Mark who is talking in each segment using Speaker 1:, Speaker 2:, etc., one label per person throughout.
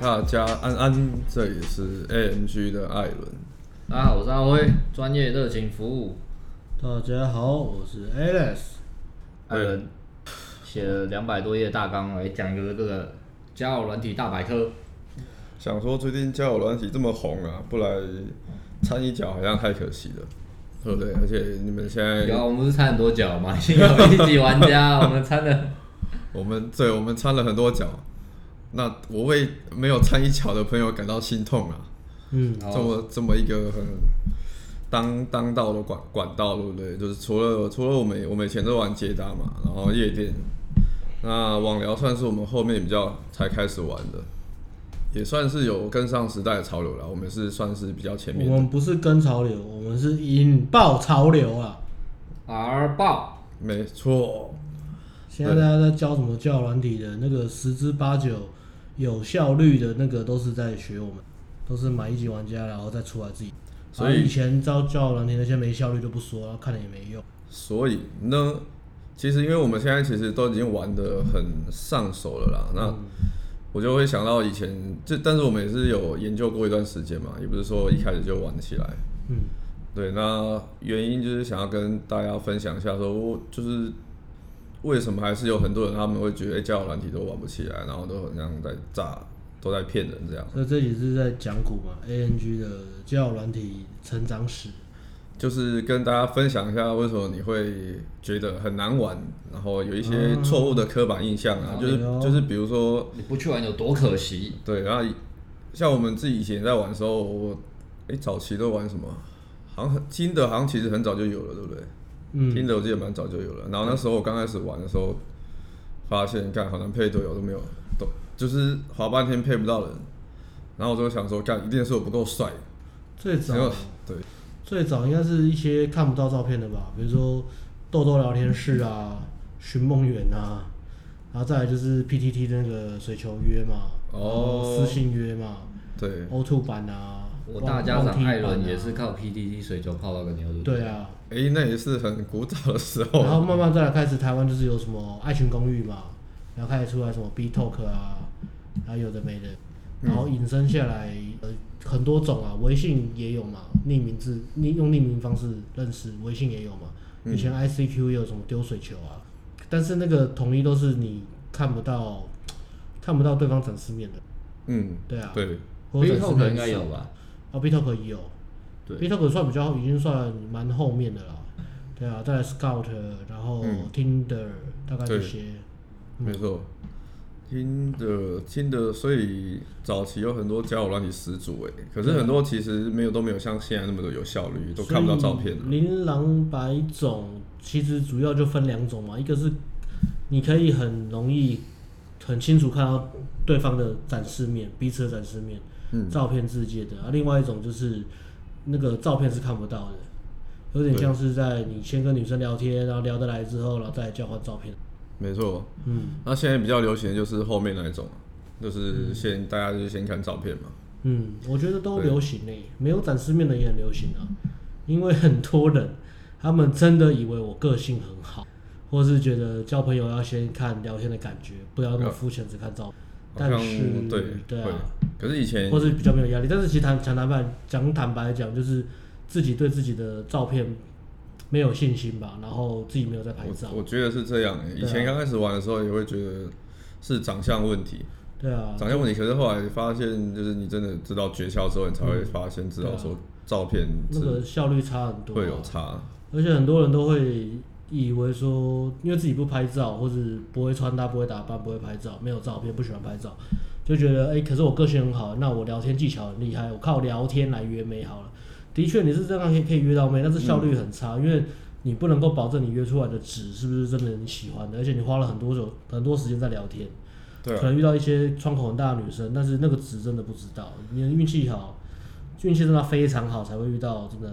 Speaker 1: 大家安安，这里是 AMG 的艾伦。
Speaker 2: 大家好，我是阿辉，专业热情服务。
Speaker 3: 大家好，我是 Alex。
Speaker 2: 艾伦写了两百多页大纲来讲一个这个交友软体大百科。
Speaker 1: 想说最近交友软体这么红啊，不来掺一脚好像太可惜了，对不对？而且你们现
Speaker 2: 有啊，
Speaker 1: 在，
Speaker 2: 我们不是掺很多脚嘛，已经有一级玩家，我们掺的
Speaker 1: 我们对我们掺了很多脚，那我为没有掺一脚的朋友感到心痛啊！
Speaker 3: 嗯，
Speaker 2: 哦
Speaker 1: 这么这么一个很当当道的管管道，对不对？就是除了除了我们我们以前都玩捷达嘛，然后夜店，那网聊算是我们后面比较才开始玩的，也算是有跟上时代的潮流了。我们是算是比较前面
Speaker 3: 我
Speaker 1: 的，
Speaker 3: 们不是跟潮流，我们是引爆潮流啊！
Speaker 2: R 爆，
Speaker 1: 没错。
Speaker 3: 现在大家在教什么教软体的那个十之八九有效率的那个都是在学我们，都是买一级玩家然后再出来自己。
Speaker 1: 所以
Speaker 3: 然后以前招教软体那些没效率就不说了，看了也没用。
Speaker 1: 所以呢，其实因为我们现在其实都已经玩的很上手了啦，那我就会想到以前，就但是我们也是有研究过一段时间嘛，也不是说一开始就玩起来。
Speaker 3: 嗯，
Speaker 1: 对，那原因就是想要跟大家分享一下说我就是为什么还是有很多人他们会觉得，哎、交友软体都玩不起来，然后都很像在诈，都在骗人这样。
Speaker 3: 所以这集是在讲股嘛，ANG 的教软体成长史。
Speaker 1: 就是跟大家分享一下，为什么你会觉得很难玩，然后有一些错误的刻板印象啊，
Speaker 3: 嗯
Speaker 1: 就是
Speaker 3: 哎呦
Speaker 1: 就是比如说
Speaker 2: 你不去玩有多可惜？
Speaker 1: 对，然后像我们自己以前在玩的时候，我哎、早期都玩什么？好像很金的，好像其实很早就有了，对不对？
Speaker 3: 嗯，
Speaker 1: 听着我记得蛮早就有了。然后那时候我刚开始玩的时候，发现干好像配队友都没有，都就是滑半天配不到人。然后我就想说，干一定是我不够帅，
Speaker 3: 最
Speaker 1: 没有
Speaker 3: 早
Speaker 1: 对
Speaker 3: 最早应该是一些看不到照片的吧，比如说豆豆聊天室啊、寻梦园啊，然后再来就是 PTT 的那个水球约嘛，
Speaker 1: 哦
Speaker 3: 然后私信约嘛
Speaker 1: 对，
Speaker 3: ，O two 版啊，
Speaker 2: 我
Speaker 3: 忘
Speaker 2: 大家
Speaker 3: 忘
Speaker 2: 长
Speaker 3: 踢
Speaker 2: 艾
Speaker 3: 版
Speaker 2: 伦
Speaker 3: 啊
Speaker 2: 也是靠 PDD 水球泡到个牛肚。
Speaker 3: 对，啊，
Speaker 1: 哎，那也是很古早的时
Speaker 2: 哦
Speaker 1: 候。
Speaker 3: 然后慢慢再来开始台湾就是有什么爱情公寓嘛，然后开始出来什么 B Talk 啊，然后有的没的，
Speaker 2: 嗯
Speaker 3: 然后引申下来呃很多种啊，微信也有嘛，匿名字匿用匿名方式认识，微信也有嘛，
Speaker 2: 嗯
Speaker 3: 以前 ICQ 也有什么丢水球啊，但是那个统一都是你看不到看不到对方展示面的，
Speaker 1: 嗯，
Speaker 3: 对啊，
Speaker 1: 对，
Speaker 3: 或者
Speaker 2: B
Speaker 3: 展示
Speaker 2: Talk
Speaker 3: 面
Speaker 2: 应该
Speaker 3: 少
Speaker 2: 有吧？
Speaker 3: 啊，B Talk 也有，
Speaker 2: 对
Speaker 3: ，B Talk 算比较已经算蛮后 面的啦，对啊，再来 Scout，然后 Tinder，、大概这
Speaker 1: 嗯对
Speaker 3: 些，
Speaker 1: 没错。听的听的，所以早期有很多交友软体始祖哎，可是很多其实没有都没有像现在那么的有效率，都看不到照片
Speaker 3: 啊所
Speaker 1: 了。
Speaker 3: 以琳琅百种，其实主要就分两种嘛，一个是你可以很容易、很清楚看到对方的展示面，彼此的展示面，
Speaker 1: 嗯
Speaker 3: 照片世界的；，啊，另外一种就是那个照片是看不到的，有点
Speaker 1: 对
Speaker 3: 像是在你先跟女生聊天，然后聊得来之后，然后再来交换照片。
Speaker 1: 没错，
Speaker 3: 嗯
Speaker 1: 那现在比较流行的就是后面那一种，啊就是先、大家就先看照片嘛。
Speaker 3: 嗯，我觉得都
Speaker 1: 对
Speaker 3: 流行嘞、欸没有展示面的也很流行啊，因为很多人他们真的以为我个性很好，或是觉得交朋友要先看聊天的感觉，不要那么肤浅只看照片。
Speaker 1: 好
Speaker 3: 但
Speaker 1: 像
Speaker 3: 是
Speaker 1: 对
Speaker 3: 对
Speaker 1: 会
Speaker 3: 啊，
Speaker 1: 可是以前
Speaker 3: 或是比较没有压力。但是其实坦讲坦白讲坦白讲，就是自己对自己的照片没有信心吧，然后自己没有在拍照
Speaker 1: 我。我觉得是这样、欸，以
Speaker 3: 对啊
Speaker 1: 前刚开始玩的时候也会觉得是长相问题，
Speaker 3: 对啊，
Speaker 1: 长相问题。可是后来发现，就是你真的知道诀窍之后，你才会发现知道说照片
Speaker 3: 嗯啊那
Speaker 1: 是
Speaker 3: 个效率差很多、啊。
Speaker 1: 会有差。
Speaker 3: 而且很多人都会以为说，因为自己不拍照，或是不会穿搭、不会打扮、不会拍照，没有照片，不喜欢拍照，就觉得哎、诶可是我个性很好，那我聊天技巧很厉害，我靠聊天来约妹好了。的确，你是这样可以可以约到妹，但是效率很差，因为你不能够保证你约出来的值是不是真的你喜欢的，而且你花了很多久很多时间在聊天，
Speaker 1: 对
Speaker 3: 可
Speaker 1: 啊，
Speaker 3: 能遇到一些窗口很大的女生，但是那个值真的不知道，你的运气好，运气真的非常好才会遇到，真的，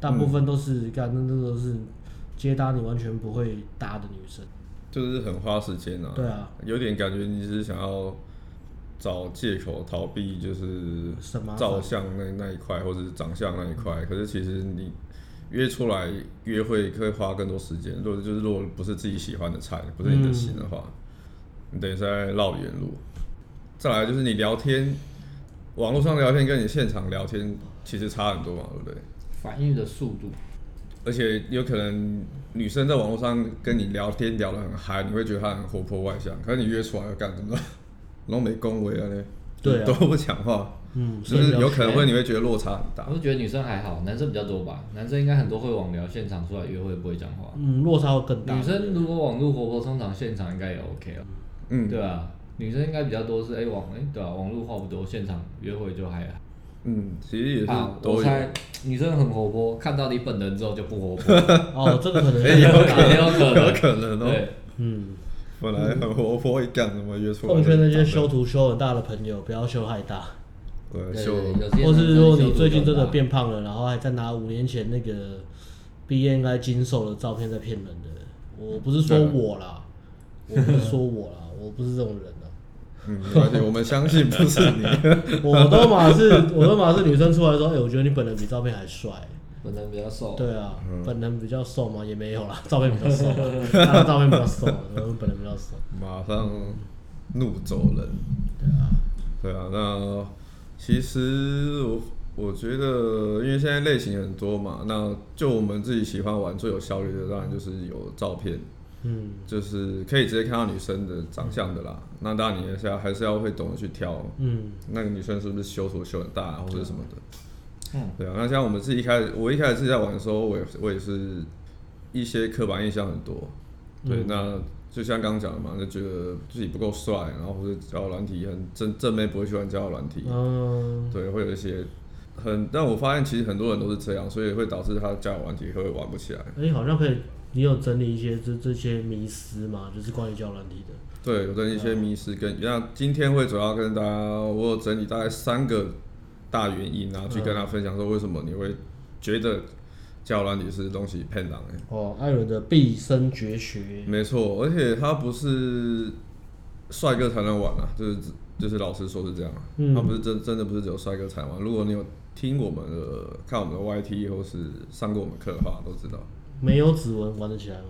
Speaker 3: 大部分都是干、那那都是接搭你完全不会搭的女生，
Speaker 1: 就是很花时间啊。
Speaker 3: 对啊，
Speaker 1: 有点感觉你是想要找借口逃避，就是
Speaker 3: 什么啊嗯
Speaker 1: 照相那那一块，或者是长相那一块。可是其实你约出来约会会花更多时间，如果就是如果不是自己喜欢的菜，不是
Speaker 3: 嗯
Speaker 1: 你的型的话，你等于是在绕远路。再来就是你聊天，网络上聊天跟你现场聊天其实差很多嘛，对不对？
Speaker 2: 反应的速度，
Speaker 1: 而且有可能女生在网络上跟你聊天聊得很嗨，你会觉得她很活泼外向，可是你约出来要干什么？ 然后没恭维啊嘞，
Speaker 3: 对啊
Speaker 1: 都不讲话，
Speaker 3: 嗯，
Speaker 1: 就
Speaker 3: 所以
Speaker 1: 是
Speaker 3: 聊
Speaker 1: 有可能会你会觉得落差很大
Speaker 2: 我。是觉得女生还好，男生比较多吧。男生应该很多会网聊，现场出来约会不会讲话。
Speaker 3: 嗯落差会更大。
Speaker 2: 女生如果网络活泼，通常现场应该也 OK 哦。
Speaker 1: 嗯
Speaker 2: 对啊，女生应该比较多是哎、网哎、对啊，网络话不多，现场约会就还好。
Speaker 1: 嗯，其实也是
Speaker 2: 啊，
Speaker 1: 都
Speaker 2: 我
Speaker 1: 有。
Speaker 2: 猜女生很活泼，看到你本人之后就不 活泼了，
Speaker 3: 哦，这个可能
Speaker 1: 哎有可能
Speaker 2: 也 有可能
Speaker 1: 有可能哦。
Speaker 2: 对，
Speaker 3: 嗯，
Speaker 1: 本来很活泼，一干什么约出来？
Speaker 3: 奉劝那些修图修很大的朋友，不要修太大。
Speaker 1: 对
Speaker 2: 对
Speaker 1: 修
Speaker 2: 对对有些
Speaker 3: 或是
Speaker 2: 男生
Speaker 3: 如果
Speaker 2: 修
Speaker 3: 你
Speaker 2: 图
Speaker 3: 最近
Speaker 2: 就
Speaker 3: 真的
Speaker 2: 大
Speaker 3: 变胖了，然后还在拿五年前那个毕业应该精瘦的照片在骗人的，我不是说
Speaker 1: 啊
Speaker 3: 我啦，我不是说我啦，我不是这种人啊，
Speaker 1: 嗯，没关系，我们相信不是你。
Speaker 3: 我都嘛是我都嘛是女生出来说，哎、我觉得你本人比照片还帅、
Speaker 2: 本人比较瘦，
Speaker 3: 对啊，本人比较瘦嘛，也没有啦， 照片比较瘦啦，当然照片比较瘦，我本人比较 瘦，
Speaker 1: 马上怒走人。对啊，那其实我我觉得，因为现在类型很多嘛，那就我们自己喜欢玩最有效率的，当然就是有照片，
Speaker 3: 嗯，
Speaker 1: 就是可以直接看到女生的长相的啦。那当然你还是要还是要会懂得去挑，
Speaker 3: 嗯，
Speaker 1: 那个女生是不是修图修很大、啊、或者什么的。
Speaker 2: 嗯，
Speaker 1: 对啊，那像我们自己一开始，我一开始自己在玩的时候，我也我也是一些刻板印象很多。对，那就像刚刚讲的嘛，就觉得自己不够帅，然后或者交友软体很正正妹不会喜欢交友软体，
Speaker 3: 嗯，
Speaker 1: 对，会有一些很，但我发现其实很多人都是这样，所以会导致他交友软体会玩不起来。
Speaker 3: 哎、好像可以，你有整理一些这这些迷思嘛，就是关于交友软体的。
Speaker 1: 对，有的一些迷失跟那今天会主要跟大家，我有整理大概三个大原因，然后去跟他分享说为什么你会觉得交友软体是东西骗人的。
Speaker 3: 哦，艾伦的毕生绝学，
Speaker 1: 没错，而且他不是帅哥才能玩啊，就是就是老实说是这样啊，
Speaker 3: 嗯
Speaker 1: 他不是真真的不是只有帅哥才玩。如果你有听我们的、呃看我们的 YT 或是上过我们课的话，都知道
Speaker 3: 没有指纹玩得起来吗？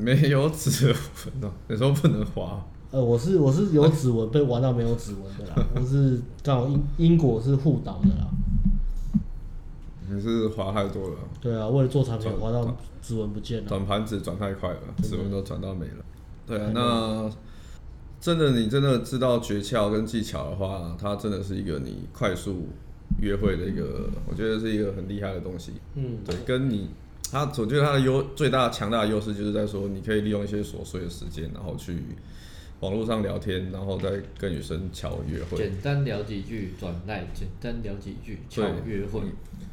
Speaker 1: 没有指纹哦，你说不能滑，
Speaker 3: 呃，我是我是有指纹被玩到没有指纹的 啦，我是刚好因因果是互导的啦，
Speaker 1: 你是滑太多了，
Speaker 3: 对啊，为了做产品滑到指纹不见了，嗯
Speaker 1: 转盘子转太快了，指纹都转到没了。对啊，那真的你真的知道诀窍跟技巧的话，它真的是一个你快速约会的一个，我觉得是一个很厉害的东西。
Speaker 3: 嗯，
Speaker 1: 对，跟你他，我觉得他的优最大强大的优势就是在说，你可以利用一些琐碎的时间，然后去网络上聊天，然后再跟女生巧约会。
Speaker 2: 简单聊几句转赖，简单聊几句巧
Speaker 1: 对
Speaker 2: 约会，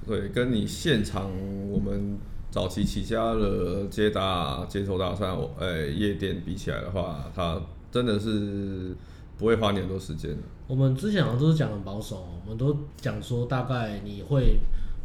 Speaker 1: 对，跟你现场我们早期起家的接搭、街头搭讪、我哎夜店比起来的话，它真的是不会花你很多时间的。
Speaker 3: 我们之前好像都是讲很保守哦，我们都讲说大概你会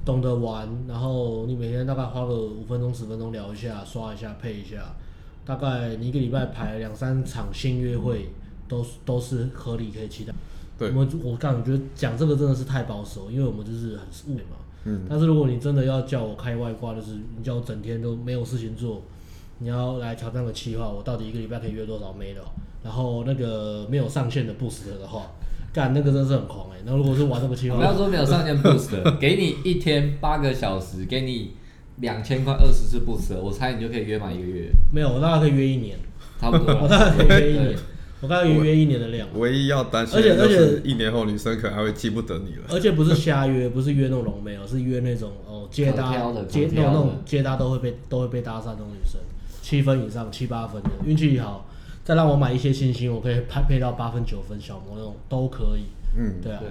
Speaker 3: 懂得玩，然后你每天大概花个五分钟十分钟聊一下，刷一下配一下，大概你一个礼拜排两三场新约会，都是都是合理可以期待。
Speaker 1: 对
Speaker 3: 我们我感觉讲这个真的是太保守，因为我们就是很误嘛。
Speaker 1: 嗯，
Speaker 3: 但是如果你真的要叫我开外挂，就是你叫我整天都没有事情做，你要来挑战个计划，我到底一个礼拜可以约多少妹的？然后那个没有上限的 boost 的话，干那个真是很狂哎、那如果是玩这个计划
Speaker 2: 不，要说没有上 线 boost，给你一天八个小时，给你两千块二十次 boost，我猜你就可以约满一个月，
Speaker 3: 没有，我大概可以约一年，
Speaker 2: 差不多 了。
Speaker 3: 我大概可以约一年，我大概可以约一年的量。
Speaker 1: 唯一要担心
Speaker 3: 而且
Speaker 1: 的就
Speaker 3: 而
Speaker 1: 是
Speaker 3: 且
Speaker 1: 一年后女生可能还会记不得你了。
Speaker 3: 而且不是瞎约，不是约那种龙妹哦，是约那种哦接搭
Speaker 2: 可挑的
Speaker 3: 接
Speaker 2: 可
Speaker 3: 那
Speaker 2: 挑
Speaker 3: 种
Speaker 2: 的
Speaker 3: 那种接搭都会被都会被搭讪那种女生，七分以上七八分的，运气好，再让我买一些星星，我可以拍配到八分九分小模那种都可以，
Speaker 1: 嗯
Speaker 3: 对啊，
Speaker 2: 对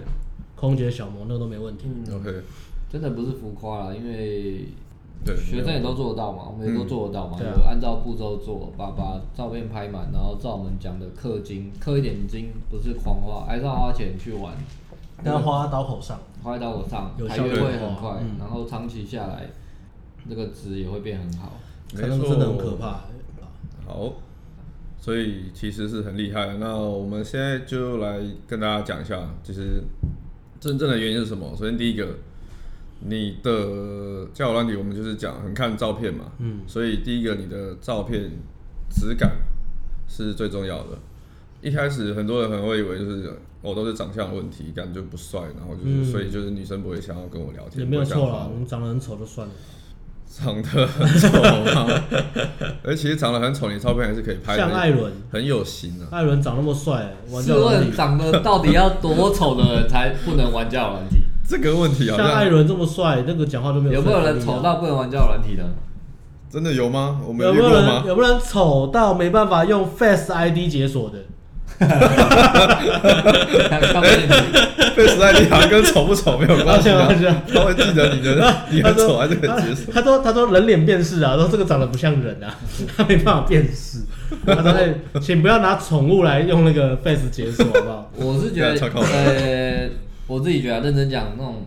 Speaker 3: 空姐小模那都没问题，
Speaker 1: ，OK，
Speaker 2: 真的不是浮夸啦，因为
Speaker 1: 对，
Speaker 2: 学生也都做得到嘛，我们也都做得到嘛，
Speaker 3: 嗯对啊
Speaker 2: 有按照步骤做，把把照片拍满，然后照我们讲的氪金，氪一点金，不是狂花，还是要花钱去玩，
Speaker 3: 但要花刀口上，
Speaker 2: 花到我上，
Speaker 3: 有
Speaker 2: 排
Speaker 3: 效
Speaker 2: 约
Speaker 3: 率嗯
Speaker 2: 会
Speaker 3: 的
Speaker 2: 很
Speaker 3: 话
Speaker 2: 快，然后长期下来，那个值也会变很好。
Speaker 1: 没
Speaker 3: 可能
Speaker 1: 错
Speaker 3: 真的很可怕。
Speaker 1: 好，所以其实是很厉害的。那我们现在就来跟大家讲一下，其实真正的原因是什么？首先第一个，你的交友软体，我们就是讲很看照片嘛，嗯，所以第一个你的照片质感是最重要的。一开始很多人可能会以为就是我、哦、都是长相问题，感觉不帅，然后就是、
Speaker 3: 嗯
Speaker 1: 所以就是女生不会想要跟我聊天，
Speaker 3: 也没有
Speaker 1: 不会想
Speaker 3: 错
Speaker 1: 要
Speaker 3: 啦，你长得很丑就算了。
Speaker 1: 长得很丑嘛， 而其实长得很丑，你照片还是可以拍
Speaker 3: 像艾
Speaker 1: 的，
Speaker 3: 伦，
Speaker 1: 很有型啊。
Speaker 3: 艾伦长那么帅，玩
Speaker 2: 试
Speaker 3: 家软
Speaker 2: 问
Speaker 3: 体，
Speaker 2: 长得到底要多丑的人才不能玩交友软体？
Speaker 1: 这个问题好
Speaker 3: 像艾
Speaker 1: 像
Speaker 3: 伦这么帅，那个讲话都 没
Speaker 2: 有没
Speaker 3: 说服
Speaker 2: 有
Speaker 3: 力啊
Speaker 2: 人丑到不能玩交友软体的？
Speaker 1: 真的有吗？我们
Speaker 3: 有没
Speaker 1: 遇
Speaker 3: 有
Speaker 1: 过
Speaker 3: 人
Speaker 1: 吗？
Speaker 3: 有没有人丑到没办法用 Face ID 解锁的？
Speaker 2: 看不见你
Speaker 1: 被时代力好像跟丑不丑没有关系啊，
Speaker 3: 抱歉抱歉
Speaker 1: 他会记得你的你
Speaker 3: 他
Speaker 1: 很
Speaker 3: 说
Speaker 1: 丑还是很接受。
Speaker 3: 他说他说人脸辨识啊，说这个长得不像人啊，他没办法辨识。他说哎请不要拿宠物来用那个 Face 解锁，好不好？
Speaker 2: 我是觉得
Speaker 1: 对啊超靠，
Speaker 2: 呃，我自己觉得认真讲，那种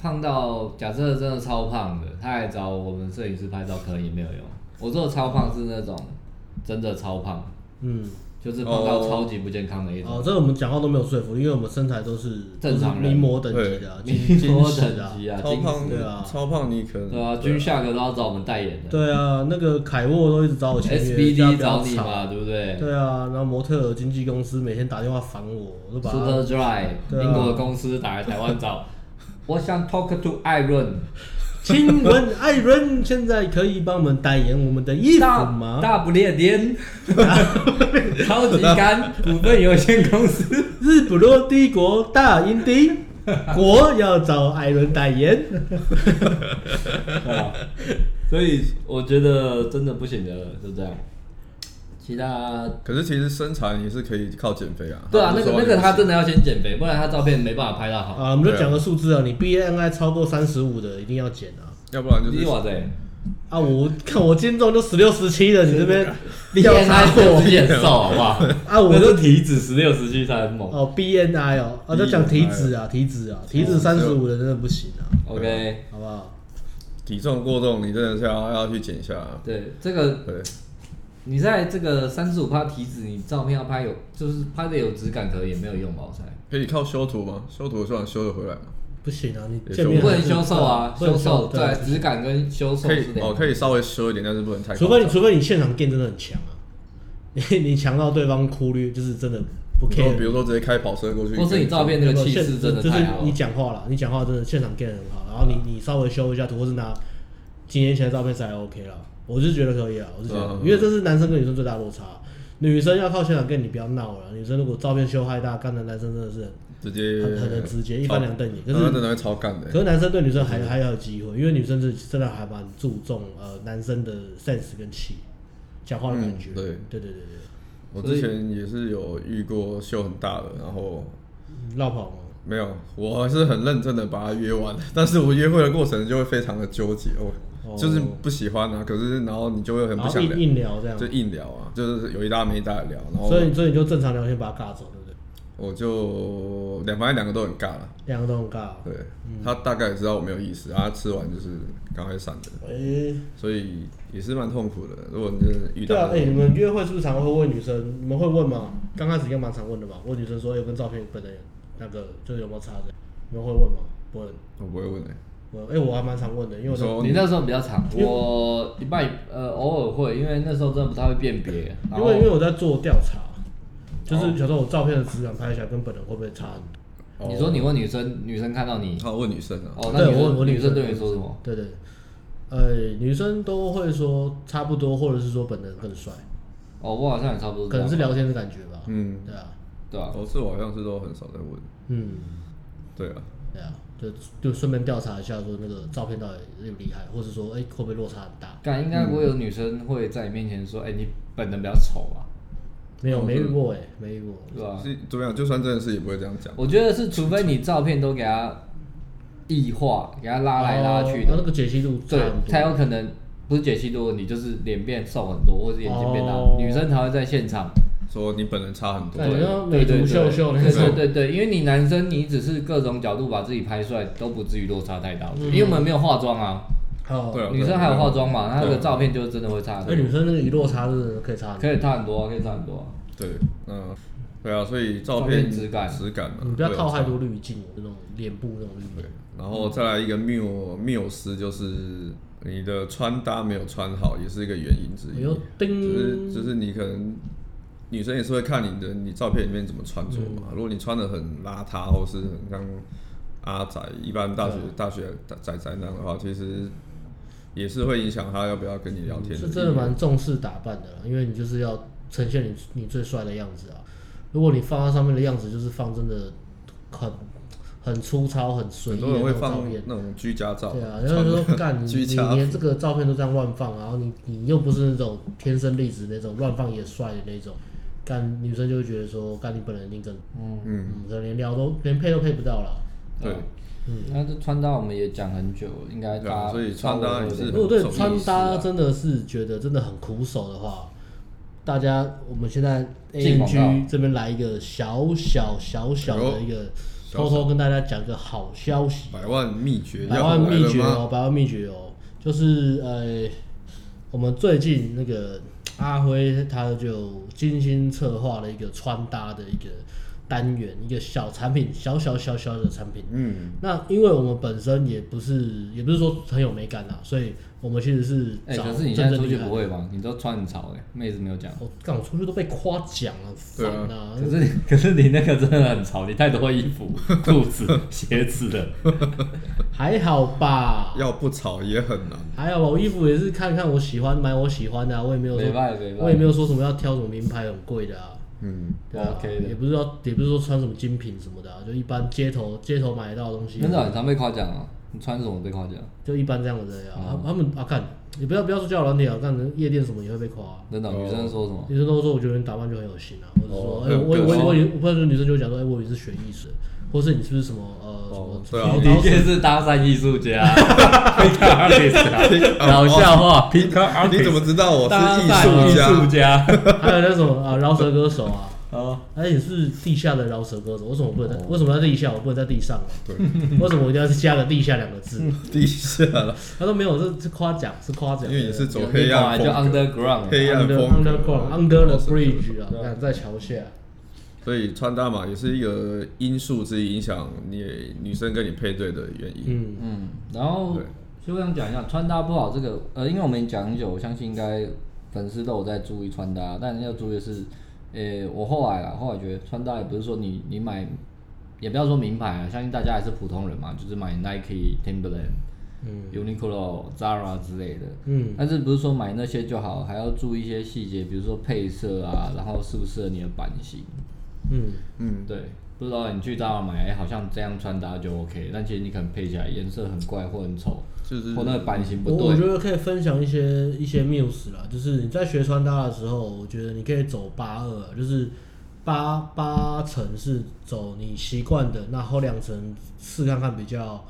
Speaker 2: 胖到假设真的超胖的，他来找我们摄影师拍照，可能也没有用。我说的超胖是那种真的超胖，
Speaker 3: 嗯，
Speaker 2: 就是胖到
Speaker 1: 哦
Speaker 2: 超级不健康的一种。
Speaker 3: 哦，这个我们讲话都没有说服力，因为我们身材都是
Speaker 2: 正常人
Speaker 3: 都是名模等级的、啊，
Speaker 2: 你
Speaker 3: 金金
Speaker 2: 说
Speaker 3: 石的
Speaker 2: 等
Speaker 3: 啊。
Speaker 2: 级啊，
Speaker 1: 超
Speaker 2: 精
Speaker 1: 胖
Speaker 3: 对啊
Speaker 1: 超胖你可能
Speaker 2: 对啊，军下个都要找我们代言的
Speaker 3: 对啊，那个凯沃都一直找我签约，叫他
Speaker 2: ，SBD
Speaker 3: 不要
Speaker 2: 找你
Speaker 3: 吵
Speaker 2: 嘛，对不对？
Speaker 3: 对啊，然后模特儿经纪公司每天打电话烦我，我都把他
Speaker 2: Super Dry，
Speaker 3: 对啊
Speaker 2: 英国的公司打来台湾找，我想 talk to Iron。
Speaker 3: 亲吻艾伦，现在可以帮我们代言我们的衣服
Speaker 2: 大
Speaker 3: 吗？
Speaker 2: 大不列 颠，超级干股份有限公司，
Speaker 3: 日不落帝国大英帝国要找艾伦代 言，
Speaker 2: 啊所以我觉得真的不行的，就这样。其他
Speaker 1: 可是其实身材你是可以靠减肥啊。
Speaker 2: 对啊，
Speaker 1: 不
Speaker 2: 那
Speaker 1: 是
Speaker 2: 个
Speaker 1: 说
Speaker 2: 那个他真
Speaker 1: 的
Speaker 2: 的要先减肥，不然他照片没办法拍到好。
Speaker 3: 啊，我们就讲个数字啊，你 BMI 超过三十五的一定要减啊。
Speaker 1: 要不然就
Speaker 2: 你
Speaker 1: 是
Speaker 2: 哇塞
Speaker 3: 啊，我看我今天重就十六十七的，你 这边调查
Speaker 2: ，BMI 就
Speaker 3: 我
Speaker 2: 自己很瘦好不好？
Speaker 3: 啊，我
Speaker 2: 我
Speaker 3: 就
Speaker 2: 就体脂十六十七才很猛。
Speaker 3: 哦 BNI 哦，啊，就讲体脂啊，体脂啊，体脂三十五的真的不行啊，
Speaker 2: OK，
Speaker 3: 好不好？
Speaker 1: 体重过重，你真的是要要去减一下啊。
Speaker 2: 对这个
Speaker 1: 对，
Speaker 2: 你在这个三十五帕体脂，你照片要拍有就是拍的有质感，可能也没有用吧，我猜。
Speaker 1: 可以靠修图吗？修图虽然修得回来嘛，
Speaker 3: 不行啊，你
Speaker 1: 也
Speaker 3: 见
Speaker 1: 是
Speaker 3: 面
Speaker 2: 不
Speaker 3: 还
Speaker 2: 能
Speaker 3: 是
Speaker 2: 修瘦啊，
Speaker 3: 不能
Speaker 2: 修瘦
Speaker 3: 对啊
Speaker 2: 对质感跟修瘦
Speaker 1: 可
Speaker 2: 是
Speaker 1: 以
Speaker 2: 两
Speaker 1: 哦，
Speaker 2: 个。
Speaker 1: 可以稍微修一点，但是不能太夸张。
Speaker 3: 除非你除非你现场店真的很强啊， 你你强到对方忽略，就是真的不
Speaker 1: 比如说
Speaker 3: care。
Speaker 1: 比如说直接开跑车过去，
Speaker 2: 或是你照片那个气势真的
Speaker 3: 就是
Speaker 2: 太好
Speaker 3: 你
Speaker 2: 了。
Speaker 3: 讲话了，你讲话真的现场 get 很好，然后你你稍微修一下图，或是拿几年前的照片才 OK 了，我是觉得可以啊，我是觉得
Speaker 1: 嗯，
Speaker 3: 因为这是男生跟女生最大落差，女生要靠现场 get，你不要闹了，女生如果照片修太大，干的男生真的是
Speaker 1: 直接
Speaker 3: 很很很直接，一翻两瞪眼，可
Speaker 1: 那
Speaker 3: 是
Speaker 1: 真的会超干的
Speaker 3: 可。是男生对女生还还有机会，因为女生是真的还蛮注重呃男生的 sense 跟气，讲话的感觉。
Speaker 1: 嗯对
Speaker 3: 对对对对
Speaker 1: 我之前也是有遇过秀很大的，然后
Speaker 3: 嗯绕跑吗？
Speaker 1: 没有，我还是很认真的把他约完， 但是我约会的过程就会非常的纠结，
Speaker 3: 哦
Speaker 1: 我就是不喜欢啊，可是然后你就会很
Speaker 3: 然
Speaker 1: 不
Speaker 3: 后
Speaker 1: 想
Speaker 3: 硬
Speaker 1: 聊，
Speaker 3: 硬聊这样
Speaker 1: 就，硬聊啊，就是有一搭没一搭的聊，然后
Speaker 3: 所以所以你就正常聊天把他尬走，对不对？
Speaker 1: 我就两反正两个都很尬了，
Speaker 3: 两个都很尬。
Speaker 1: 对
Speaker 3: 嗯
Speaker 1: 他大概也知道我没有意思，啊，他吃完就是赶快闪的，
Speaker 3: 诶，
Speaker 1: 所以也是蛮痛苦的。如果你真的遇
Speaker 3: 对啊
Speaker 1: 到，，
Speaker 3: 哎、你们约会是不是常会问女生？你们会问吗？刚开始应该蛮常问的吧？问女生说，有、跟照片本人那个就是有没有差的？你们会问吗？不会。
Speaker 1: 我不会问的、
Speaker 3: 我哎、我还蛮常问哎的，因为我
Speaker 1: 你说
Speaker 2: 你那时候比较长，我一半呃偶尔会，因为那时候真的不太会辨别。然
Speaker 3: 因
Speaker 2: 后哦
Speaker 3: 为因为我在做调查，就是想说我照片的质感拍起来跟本人会不会差很多？
Speaker 2: 你说你问女生，女生看到你，
Speaker 1: 他问女生啊，
Speaker 2: 哦，那
Speaker 3: 对，
Speaker 2: 女
Speaker 3: 我
Speaker 2: 生
Speaker 3: 我
Speaker 2: 女生
Speaker 3: 生
Speaker 2: 对你说什么？？
Speaker 3: 对对，呃，女生都会说差不多，或者是说本人更帅，
Speaker 2: 哦，我好像也差不多这
Speaker 3: 可
Speaker 2: 样，
Speaker 3: 能是聊天的感觉吧。
Speaker 1: 嗯，
Speaker 3: 对啊，
Speaker 2: 对吧？
Speaker 1: 我是我好像是都很少在问，
Speaker 3: 嗯，
Speaker 1: 对啊，
Speaker 3: 对啊，就就顺便调查一下，说那个照片到底厉不厉害，或者说哎、会不会落差很大？
Speaker 2: 但应该
Speaker 3: 嗯
Speaker 2: 不会有女生会在你面前说，哎，你本人比较丑吧？
Speaker 3: 没
Speaker 2: 哦
Speaker 3: 有，没遇过哎、没遇过。
Speaker 2: 对吧？
Speaker 1: 是怎么样？就算真的是也不会这样讲。
Speaker 2: 我觉得是，除非你照片都给他异化，给他拉来拉去
Speaker 3: 哦
Speaker 2: 的，
Speaker 3: 那个解析度差
Speaker 2: 对
Speaker 3: 很，多
Speaker 2: 才有可能不是解析度的问题，就是脸变瘦很多，或是眼睛变大，
Speaker 3: 哦
Speaker 2: 女生才会在现场。
Speaker 1: 说你本人差很多
Speaker 3: 对，然后美
Speaker 2: 对
Speaker 3: 图
Speaker 2: 对
Speaker 3: 秀秀那
Speaker 2: 对对
Speaker 3: 种，
Speaker 2: 对对，因为你男生你只是各种角度把自己拍出来，都不至于落差太大，
Speaker 3: 嗯
Speaker 2: 因为我们没有化妆啊，
Speaker 3: 好，
Speaker 1: 对啊
Speaker 2: 女生还有化妆嘛，
Speaker 1: 对啊
Speaker 2: 她的照片就真的会差
Speaker 3: 哎、
Speaker 2: 很多，
Speaker 3: 女生那个一落差真的可以差很多。
Speaker 2: 可以差很多啊，可以差很多啊。
Speaker 1: 对，嗯，对啊，所以照
Speaker 2: 照片
Speaker 1: 片
Speaker 2: 质感
Speaker 1: 质感嘛，
Speaker 3: 你不要
Speaker 1: 对啊
Speaker 3: 套太多滤镜，那种脸部那种滤镜。
Speaker 1: 然后再来一个缪缪斯，就是你的穿搭没有穿好，也是一个原因之
Speaker 3: 哎
Speaker 1: 一
Speaker 3: 呦。
Speaker 1: 就是
Speaker 3: 叮，
Speaker 1: 就是你可能女生也是会看你的你照片里面怎么穿着嘛。
Speaker 3: 嗯
Speaker 1: 如果你穿的很邋遢，或是很像阿宅，一般大学、
Speaker 3: 啊
Speaker 1: 大学宅宅男的话，其实也是会影响他要不要跟你聊天。
Speaker 3: 是真的蛮重视打扮的啦，因为你就是要呈现你你最帅的样子啊。如果你放在上面的样子就是放真的很很粗糙、很随
Speaker 1: 很
Speaker 3: 意
Speaker 1: 多
Speaker 3: 的
Speaker 1: 人会
Speaker 3: 那种照
Speaker 1: 放
Speaker 3: 片，
Speaker 1: 那种居家照，
Speaker 3: 对啊，然后就说 干你
Speaker 1: 居
Speaker 3: 你
Speaker 1: 家
Speaker 3: 连这个照片都这样乱放，然后你你又不是那种天生丽质那种乱放也帅的那种，干女生就会觉得说干你本人一定跟
Speaker 2: 嗯，
Speaker 1: 嗯，
Speaker 3: 嗯，可能连聊都连配都配不到了。
Speaker 1: 对，
Speaker 2: 那这穿搭我们也讲很久，应该
Speaker 1: 嗯对
Speaker 2: 大
Speaker 1: 啊
Speaker 2: 家
Speaker 1: 所以穿搭也是
Speaker 3: 如果哦对
Speaker 1: 很重
Speaker 3: 穿搭
Speaker 2: 意思
Speaker 3: 真的是觉得真的很苦手的话，大家我们现在
Speaker 2: 进
Speaker 3: A N
Speaker 2: 广告
Speaker 3: G 这边来一个小小小小
Speaker 1: 哎呦
Speaker 3: 的一个，
Speaker 1: 小
Speaker 3: 偷偷跟大家讲个好消息，
Speaker 1: 百万秘诀
Speaker 3: 百
Speaker 1: 要
Speaker 3: 万
Speaker 1: 回来
Speaker 3: 秘
Speaker 1: 了
Speaker 3: 诀
Speaker 1: 吗？
Speaker 3: 哦，百万秘诀哦，就是呃，我们最近那个阿辉他就精心策划了一个穿搭的一个单元，一个小产品，小小小小的产品。
Speaker 1: 嗯，
Speaker 3: 那因为我们本身也不是，也不是说很有美感啊，所以我们其实是
Speaker 2: 哎、
Speaker 3: 找
Speaker 2: 可是
Speaker 3: 真
Speaker 2: 你现在
Speaker 3: 正
Speaker 2: 出
Speaker 3: 厉
Speaker 2: 去
Speaker 3: 害
Speaker 2: 不
Speaker 3: 的。
Speaker 2: 会吧？你都穿很潮哎、妹子没有讲。
Speaker 3: 我刚出去都被夸奖了，
Speaker 1: 对
Speaker 3: 烦
Speaker 1: 啊
Speaker 3: 啊！
Speaker 2: 可是可是你那个真的很潮，你太多衣 服、裤子、鞋子了。
Speaker 3: 还好吧，
Speaker 1: 要不吵也很难。
Speaker 3: 还好吧。我衣服也是看看我喜欢，买我喜欢的、啊，我也没有
Speaker 2: 没
Speaker 3: 说，
Speaker 2: 办没办
Speaker 3: 我也没有说什么要挑什么名牌很贵的啊。
Speaker 1: 嗯，
Speaker 3: 对啊
Speaker 2: OK 的
Speaker 3: 也不是要，也不是说穿什么精品什么的、啊，就一般街头街头买得到的东西
Speaker 2: 真，的很常被夸奖啊！你穿什么被夸奖？
Speaker 3: 就一般这样子的呀、啊。他他们啊，看你不要不要说交友软体啊，看夜店什么也会被夸、啊。
Speaker 2: 真的、
Speaker 1: 哦
Speaker 2: 女生说什么？
Speaker 3: 女生都说我觉得你打扮就很有型啊，或者
Speaker 1: 哦
Speaker 3: 说，哎、
Speaker 1: 很有
Speaker 3: 我
Speaker 1: 个
Speaker 3: 我
Speaker 1: 性
Speaker 3: 我我也，或者是女生就会讲说，哎、我也是学艺术的，或是你是不是什么呃、
Speaker 1: 哦
Speaker 3: 什
Speaker 1: 对
Speaker 3: 么
Speaker 1: 啊
Speaker 3: 什么
Speaker 1: 我
Speaker 2: 的
Speaker 3: 高
Speaker 2: 确
Speaker 3: 手
Speaker 2: 是搭讪艺术 家，pick up artist 啊，老笑话，pick up artist，
Speaker 1: 你怎么知道我
Speaker 2: 搭
Speaker 1: 是
Speaker 2: 讪
Speaker 1: 艺术
Speaker 2: 艺术
Speaker 1: 家？
Speaker 2: 家？
Speaker 3: 还有那种啊饶舌歌手啊，
Speaker 2: 哦，
Speaker 3: 而且是地下的饶舌歌手，为什么不能在、
Speaker 2: 哦
Speaker 3: 为什么要在地下？我不能在地上啊？
Speaker 1: 对，
Speaker 3: 为什么我一定要加个地下两个字？
Speaker 1: 地下 了，
Speaker 3: 他说没有，这是夸奖，是夸奖，
Speaker 1: 因为你是走
Speaker 2: 有
Speaker 1: 黑暗
Speaker 2: 就
Speaker 1: 风格，
Speaker 2: underground，啊
Speaker 1: 黑暗
Speaker 3: under
Speaker 1: 风格
Speaker 3: underground under the
Speaker 1: 老师
Speaker 3: bridge 啊，
Speaker 2: 对啊
Speaker 3: 看在桥下，
Speaker 1: 所以穿搭嘛，也是一个因素之一，影响你女生跟你配对的原因。
Speaker 3: 嗯，
Speaker 2: 嗯，然后
Speaker 1: 对
Speaker 2: 就想讲一下穿搭不好这个，呃，因为我们已经讲很久，我相信应该粉丝都有在注意穿搭，但要注意的是，呃，我后来啊，后来觉得穿搭也不是说你你买，也不要说名牌啊，相信大家还是普通人嘛，就是买 Nike、Timberland、Uniqlo、Zara 之类的，
Speaker 3: 嗯，
Speaker 2: 但是不是说买那些就好，还要注意一些细节，比如说配色啊，然后适不适合你的版型。
Speaker 3: 嗯，
Speaker 1: 嗯，
Speaker 2: 对，不知道你去大陆买，哎好像这样穿搭就 OK，但其实你可能配起来颜色很怪或很丑，
Speaker 1: 就是
Speaker 2: 或那个版型
Speaker 3: 我
Speaker 2: 不
Speaker 3: 哦我觉
Speaker 2: 对。
Speaker 3: 得可以分享一些一些 muse 啦，就是你在学穿搭的时候，我觉得你可以走八二啊，就是八八成是走你习惯的，那后两层试看看比较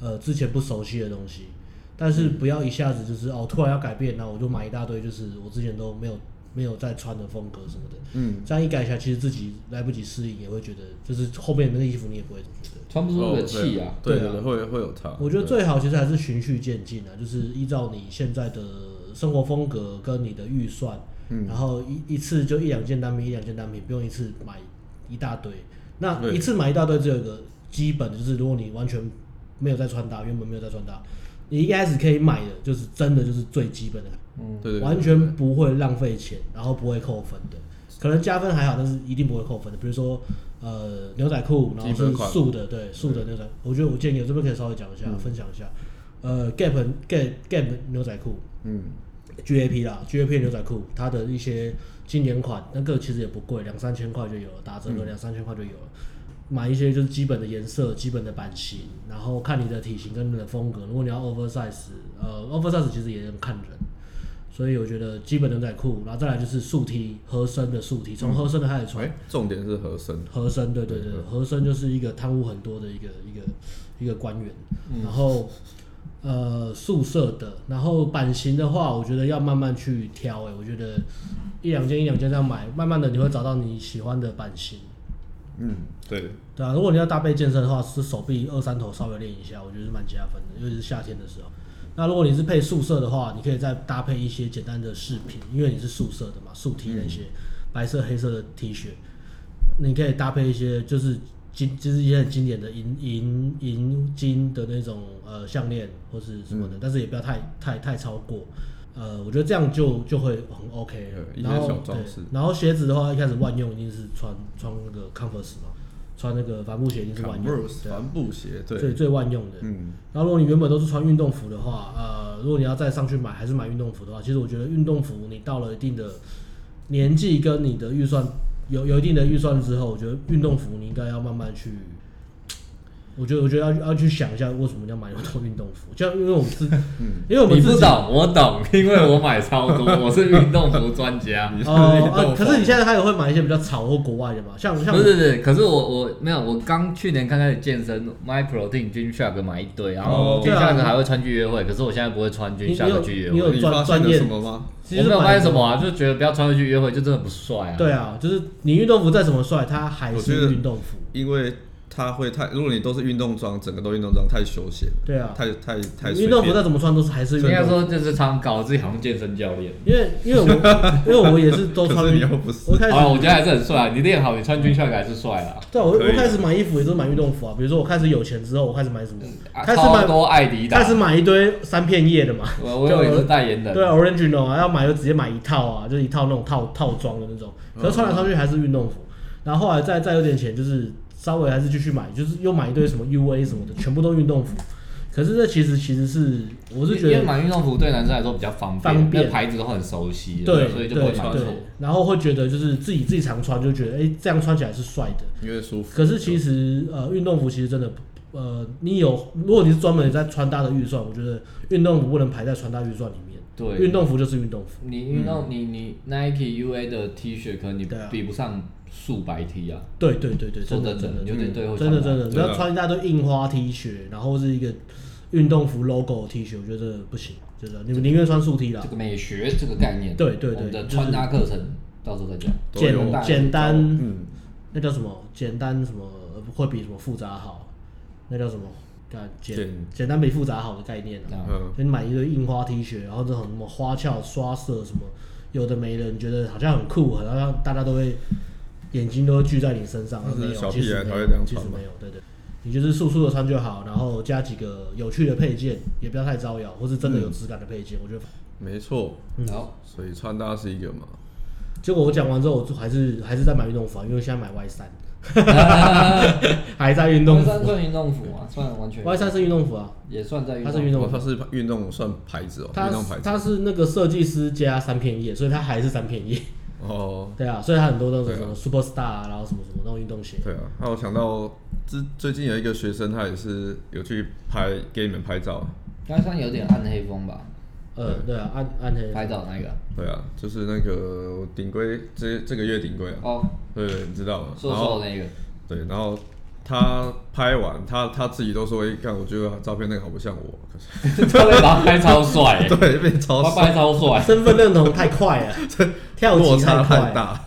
Speaker 3: 呃之前不熟悉的东西，但是
Speaker 2: 嗯
Speaker 3: 不要一下子就是哦突然要改变，那我就买一大堆，就是我之前都没有没有在穿的风格什么的，
Speaker 1: 嗯，
Speaker 3: 这样一改一下，其实自己来不及适应，也会觉得就是后面那个衣服你也不会觉得。
Speaker 2: 穿不出那个气啊
Speaker 1: 哦！对
Speaker 3: 对啊
Speaker 1: 对对，会会有差。
Speaker 3: 我觉得最好其实还是循序渐进啊，就是依照你现在的生活风格跟你的预算，
Speaker 1: 嗯
Speaker 3: 然后一一次就一两件单品，一两件单品，不用一次买一大堆。那
Speaker 1: 对
Speaker 3: 一次买一大堆只有一个基本的，就是如果你完全没有在穿搭，原本没有在穿搭，你一开始可以买的就是真的就是最基本的，
Speaker 1: 对对对
Speaker 3: 完全不会浪费钱，然后不会扣分的。可能加分还好，但是一定不会扣分的。比如说，呃，牛仔裤，然
Speaker 1: 基本
Speaker 3: 后是
Speaker 1: 款嗯
Speaker 3: 素的，对，素的牛仔，我觉得我建议我这边可以稍微讲一下，分享一下。呃，Gap Gap Gap 牛仔裤
Speaker 1: 嗯，
Speaker 3: ，GAP 啦，GAP 牛仔裤，它的一些经典款，那个其实也不贵，两三千块就有了，打折
Speaker 1: 嗯
Speaker 3: 个两三千块就有了。买一些就是基本的颜色、基本的版型，然后看你的体型跟你的风格。如果你要 oversize，呃，oversize 其实也很看人，所以我觉得基本牛仔裤，然后再来就是素 T 合身的素 T，从合身的开始穿
Speaker 1: 哎，，重点是合身，
Speaker 3: 和珅，对对对，和珅就是一个贪污很多的一个一个一个官员，然后呃宿舍的，然后版型的话，我觉得要慢慢去挑、欸，我觉得一两件一两件这样买，慢慢的你会找到你喜欢的版型。
Speaker 1: 嗯，对，
Speaker 3: 对啊，如果你要搭配健身的话，是手臂二三头稍微练一下，我觉得是蛮加分的，尤其是夏天的时候。那如果你是配宿舍的话，你可以再搭配一些简单的饰品，因为你是宿舍的嘛，素 T 那些、
Speaker 1: 嗯
Speaker 3: 白色、黑色的 T 恤，你可以搭配一些就是经就是一些很经典的银银
Speaker 1: 嗯
Speaker 3: 银金的那种呃项链或是什么的，但是也不要太太太超过。呃，我觉得这样就就会很 OK 了。
Speaker 1: 对一些
Speaker 3: 然后
Speaker 1: 小
Speaker 3: 对
Speaker 1: 装饰，
Speaker 3: 然后鞋子的话，一开始万用一定是穿穿那个 Converse 嘛，穿那个帆布鞋一定是万用的
Speaker 1: Converse
Speaker 3: 对啊
Speaker 1: 帆布鞋，
Speaker 3: 最
Speaker 1: 对，
Speaker 3: 最万用的。
Speaker 1: 嗯，
Speaker 3: 然后如果你原本都是穿运动服的话，呃，如果你要再上去买还是买运动服的话，其实我觉得运动服你到了一定的年纪跟你的预算有有一定的预算之后，我觉得运动服你应该要慢慢去。我觉得，我觉得要要去想一下，为什么要买那么多运动服？就像因为我 们是，因为我们
Speaker 2: 你
Speaker 3: 自
Speaker 2: 不
Speaker 3: 己
Speaker 2: 懂，我懂，因为我买超 多，我是运动服专家。
Speaker 1: 你是运
Speaker 3: 哦、
Speaker 1: 动
Speaker 3: 啊，可是你
Speaker 1: 风
Speaker 3: 现在还有会买一些比较潮或国外的嘛？像像
Speaker 2: 不是不是，可是我我没有，我刚去年刚开始健身，My Protein、Gym Shark 买一堆，然后
Speaker 1: 哦
Speaker 2: Gym
Speaker 3: 对啊
Speaker 2: Shark 还会穿去约会，可是我现在不会穿
Speaker 3: 你
Speaker 2: Gym
Speaker 3: 你有
Speaker 2: Shark 去约
Speaker 3: 你
Speaker 2: 会。
Speaker 3: 有
Speaker 1: 你发现
Speaker 3: 专专
Speaker 1: 了
Speaker 3: 业
Speaker 1: 什，么吗？
Speaker 3: 其
Speaker 2: 我
Speaker 3: 实
Speaker 2: 没有发
Speaker 3: 买
Speaker 2: 现什么啊，就觉得不要穿去约会，就真的不帅啊。
Speaker 3: 对啊，就是你运动服再怎么帅，它还
Speaker 1: 我觉得
Speaker 3: 是运动服。
Speaker 1: 因为它会太，如果你都是运动装，整个都运动装太休闲了，
Speaker 3: 对啊，
Speaker 1: 太太太随
Speaker 3: 运动服
Speaker 1: 便了。
Speaker 3: 再怎么穿都是还是运
Speaker 2: 应该
Speaker 3: 动服。
Speaker 2: 说就是常搞自己好像健身教练。
Speaker 3: 因为因为 我因为我也是都穿
Speaker 1: 可是
Speaker 3: 运
Speaker 1: 你又不是
Speaker 3: 我一开始
Speaker 2: 啊，我觉得还是很帅啊，你练好，你穿 Gym Shark 还是帅啊。
Speaker 3: 对啊我
Speaker 1: 可以
Speaker 3: 我开始买衣服也都是买运动服啊，比如说我开始有钱之后，我开始买什么，
Speaker 2: 啊
Speaker 3: 开始
Speaker 2: 超
Speaker 3: 买
Speaker 2: 多艾迪达
Speaker 3: 开，始买一堆三片叶的嘛，
Speaker 2: 我我有一个代言人，
Speaker 3: 对啊，original 啊，要买就直接买一套啊，就是一套那种套套装的那种，可是穿来穿去还是运动服。然后后来再再有点钱，就是稍微还是继续买，就是又买一堆什么 UA 什么的，全部都运动服。可是这其实其实是我是觉
Speaker 2: 因为
Speaker 3: 得
Speaker 2: 买运动服对男生来说比较方便，
Speaker 3: 方便
Speaker 2: 那牌子都很熟悉了，
Speaker 3: 对
Speaker 2: 所以
Speaker 3: 对
Speaker 2: 就不会穿错
Speaker 3: 对。，然后会觉得就是自己自己常穿就觉得哎、这样穿起来是帅的。
Speaker 1: 因为舒服。
Speaker 3: 可是其实呃，运动服其实真的不呃，你有如果你是专门在穿搭的预算，我觉得运动服不能排在穿搭预算里面。
Speaker 2: 对
Speaker 3: 运动服就是运动服。
Speaker 2: 你运动、你你 Nike UA 的 T 恤，可能你
Speaker 3: 对啊
Speaker 2: 比不上素白 T 啊。
Speaker 3: 对对对对，
Speaker 2: 说
Speaker 3: 真的
Speaker 2: 真
Speaker 3: 真
Speaker 2: 的，
Speaker 3: 的嗯
Speaker 2: 你就得对会
Speaker 3: 真的真的，
Speaker 1: 对啊
Speaker 3: 你要穿一大堆印花 T 恤，然后是一个运动服 logo T 恤，我觉得不行，真的，你们宁愿穿素 T 啦
Speaker 2: 这，个美学这个概念。
Speaker 3: 对对对
Speaker 2: 我们的
Speaker 3: 就是
Speaker 2: 穿搭课程到时候再讲。
Speaker 1: 都
Speaker 3: 简
Speaker 1: 有
Speaker 3: 简单
Speaker 1: 嗯，
Speaker 3: 那叫什么？简单什么呃会比什么复杂好？那叫什么？啊简
Speaker 1: 简
Speaker 3: 简单比复杂好的概念啊。
Speaker 2: 啊，
Speaker 1: 嗯，
Speaker 3: 就你买一堆印花 T 恤，然后这种什么花俏刷色什么，有的没的，你觉得好像很酷，好像大家都会眼睛都会聚在你身上，
Speaker 1: 那是
Speaker 3: 没有，
Speaker 1: 嗯小
Speaker 3: 其
Speaker 1: 屁
Speaker 3: 实
Speaker 1: 孩才
Speaker 3: 没
Speaker 1: 会
Speaker 3: 有
Speaker 1: 这样，
Speaker 3: 其实
Speaker 1: 穿吧
Speaker 3: 没有，对对。你就是素素的穿就好，然后加几个有趣的配件，也不要太招摇，或是真的有质感的配件，我 觉得。
Speaker 1: 没错。
Speaker 3: 嗯
Speaker 2: 好，
Speaker 1: 所以穿搭是一个嘛，
Speaker 3: 结果我讲完之后，我就还是还是在买运动服啊，因为现在买 Y 三，还在运动
Speaker 2: 登
Speaker 3: 服
Speaker 2: 山算运动服吗？算完全
Speaker 3: ，Y 三是运动服啊，
Speaker 2: 也算在运
Speaker 3: 它
Speaker 2: 动
Speaker 3: 是
Speaker 2: 服。
Speaker 3: 运动
Speaker 1: 哦，
Speaker 3: 服
Speaker 1: 它，是运动算牌子哦，
Speaker 3: 它
Speaker 1: 运动牌子
Speaker 3: 它是那个设计师加三片叶，所以它还是三片叶。
Speaker 1: 哦，
Speaker 3: 对啊，所以它很多那
Speaker 1: 对
Speaker 3: 种
Speaker 1: 啊
Speaker 3: 什么 Super Star，、啊、然后什么什么那种运动鞋。
Speaker 1: 对啊。那我想到之最近有一个学生，他也是有去拍给你们拍照，
Speaker 2: 刚算有点暗黑风吧，
Speaker 3: 呃，对啊，暗暗黑。
Speaker 2: 拍照那个。
Speaker 1: 对啊，就是那个顶规这这个月顶规啊，
Speaker 2: 哦，
Speaker 1: 对，你知道吗？
Speaker 2: 瘦
Speaker 1: 然后
Speaker 2: 瘦哦的那个。
Speaker 1: 对，然后他拍完，他他自己都说，哎、看我觉得照片那个好不像我，可是
Speaker 2: 他们把他拍超帅、
Speaker 3: 哎
Speaker 2: 欸，
Speaker 1: 对，变超
Speaker 2: 他拍超帅，
Speaker 3: 身份认同太 快了，跳
Speaker 1: 落
Speaker 3: 级
Speaker 1: 差
Speaker 3: 快
Speaker 1: 太
Speaker 3: 了。
Speaker 1: 大。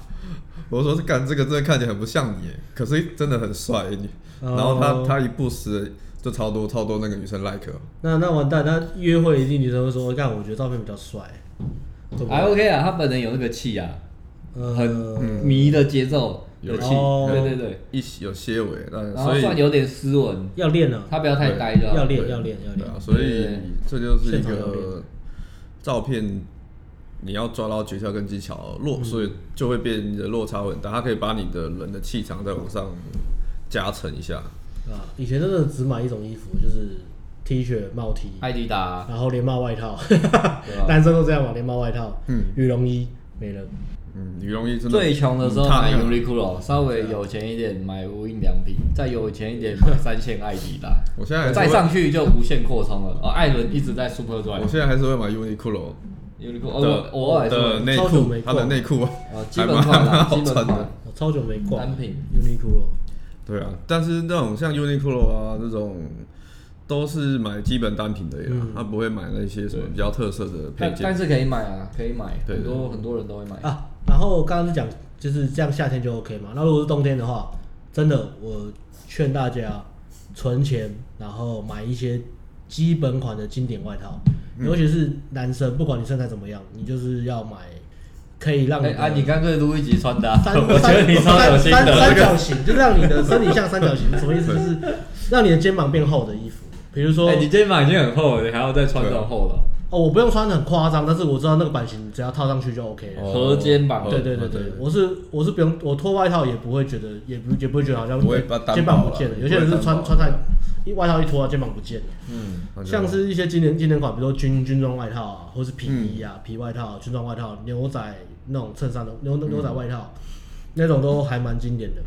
Speaker 1: 我说干这个真的看起来很不像你耶，可是真的很帅你。然后他
Speaker 3: 哦
Speaker 1: 他一不时就超多超多那个女生 like，哦
Speaker 3: 那那完蛋，那约会一定女生会说，看我觉得照片比较帅，对不
Speaker 2: 还
Speaker 3: 对？
Speaker 2: OK 啊，他本人有那个气啊，
Speaker 3: 呃，
Speaker 2: 迷的节
Speaker 1: 嗯
Speaker 2: 奏
Speaker 1: 有
Speaker 2: 有气，
Speaker 3: 哦
Speaker 2: 对对对，
Speaker 1: 一有些尾，但
Speaker 2: 然后
Speaker 1: 所以
Speaker 2: 算有点斯文，
Speaker 3: 要练啊，
Speaker 2: 他不要太呆就好
Speaker 3: 要练，
Speaker 1: 对
Speaker 3: 要练，要
Speaker 1: 对
Speaker 3: 练。
Speaker 1: 啊，所
Speaker 2: 对
Speaker 1: 以
Speaker 2: 对对
Speaker 1: 这就是一
Speaker 3: 现场要练
Speaker 1: 个照片，你要抓到诀窍跟技巧
Speaker 3: 嗯
Speaker 1: 落，所以就会变你的落差会很大。它可以把你的人的气场再往上加成一下。
Speaker 3: 啊，以前真的只买一种衣服，就是 T 恤、帽 T，
Speaker 2: 艾迪达，
Speaker 3: 然后连帽外套，
Speaker 2: 哎对啊吧？
Speaker 3: 男生都这样嘛，连帽外套，
Speaker 1: 嗯
Speaker 3: 羽绒衣没了。
Speaker 1: 嗯，羽绒衣真的
Speaker 2: 最穷的时候
Speaker 1: 很烫
Speaker 2: 买
Speaker 1: 啊
Speaker 2: Uniqlo，稍微有钱一点买无印良品，再有钱一点买三线艾迪达，
Speaker 1: 我现在还是
Speaker 2: 再
Speaker 1: 会
Speaker 2: 上去就无限扩充了。哦，艾伦一直在 Super
Speaker 1: 我
Speaker 2: Drive
Speaker 1: 现在还是会买 Uniqlo
Speaker 2: Uniqlo，哦
Speaker 1: 的
Speaker 2: 我偶尔
Speaker 1: 的
Speaker 2: 说，
Speaker 1: 内
Speaker 3: 超久
Speaker 1: 裤
Speaker 3: 没，
Speaker 1: 它的
Speaker 3: 逛
Speaker 1: 内裤 啊
Speaker 2: 哦，基
Speaker 1: 还
Speaker 2: 本
Speaker 1: 蛮
Speaker 2: 款
Speaker 1: 蛮
Speaker 2: 啦，
Speaker 1: 好
Speaker 2: 基本
Speaker 1: 穿
Speaker 2: 款
Speaker 1: 的。
Speaker 3: 我哦超久没逛
Speaker 2: 单品
Speaker 3: Uniqlo，
Speaker 1: 对啊，但是那种像 Uniqlo 啊这种，都是买基本单品的呀，
Speaker 3: 嗯
Speaker 1: 他不会买那些什么比较特色的配
Speaker 2: 但
Speaker 1: 件
Speaker 2: 但。是可以买啊，可以买，
Speaker 1: 对
Speaker 2: 很
Speaker 1: 对
Speaker 2: 多很多人都会买。哎
Speaker 3: 啊，然后刚刚是讲就是这样，夏天就 OK 嘛。那如果是冬天的话，真的我劝大家存钱，然后买一些基本款的经典外套，
Speaker 2: 嗯
Speaker 3: 尤其是男生，不管你身材怎么样，你就是要买可以让你
Speaker 2: 哎
Speaker 3: 的
Speaker 2: 啊，你干脆录一集穿搭，啊
Speaker 3: 三
Speaker 2: 我觉得你超有
Speaker 3: 三
Speaker 2: 心
Speaker 3: 三三
Speaker 2: 得。
Speaker 3: 三角形，就让你的身体像三角 形，什么意思？就是让你的肩膀变厚的衣服，比如说
Speaker 2: 哎，你肩膀已经很厚了，你还要再穿这种厚的？
Speaker 3: 哦，我不用穿的很夸张，但是我知道那个版型只要套上去就 OK 了。
Speaker 1: 哦
Speaker 2: 合肩膀
Speaker 3: 对对对对，我是我是不用我脱外套也不会觉得，也不也不会觉得好像
Speaker 1: 不会把它
Speaker 3: 肩
Speaker 1: 担保
Speaker 3: 膀
Speaker 1: 啦
Speaker 3: 不见了。有些人是穿
Speaker 1: 不会担保
Speaker 3: 穿太一外套一脱、啊，肩膀不见了。
Speaker 1: 嗯，那就
Speaker 3: 像是一些经典经典款，比如说军军装外套啊，或是皮衣
Speaker 1: 嗯
Speaker 3: 啊、皮外套、军装外套、牛仔那种衬衫的牛
Speaker 1: 嗯
Speaker 3: 牛仔外套，那种都还蛮经典的，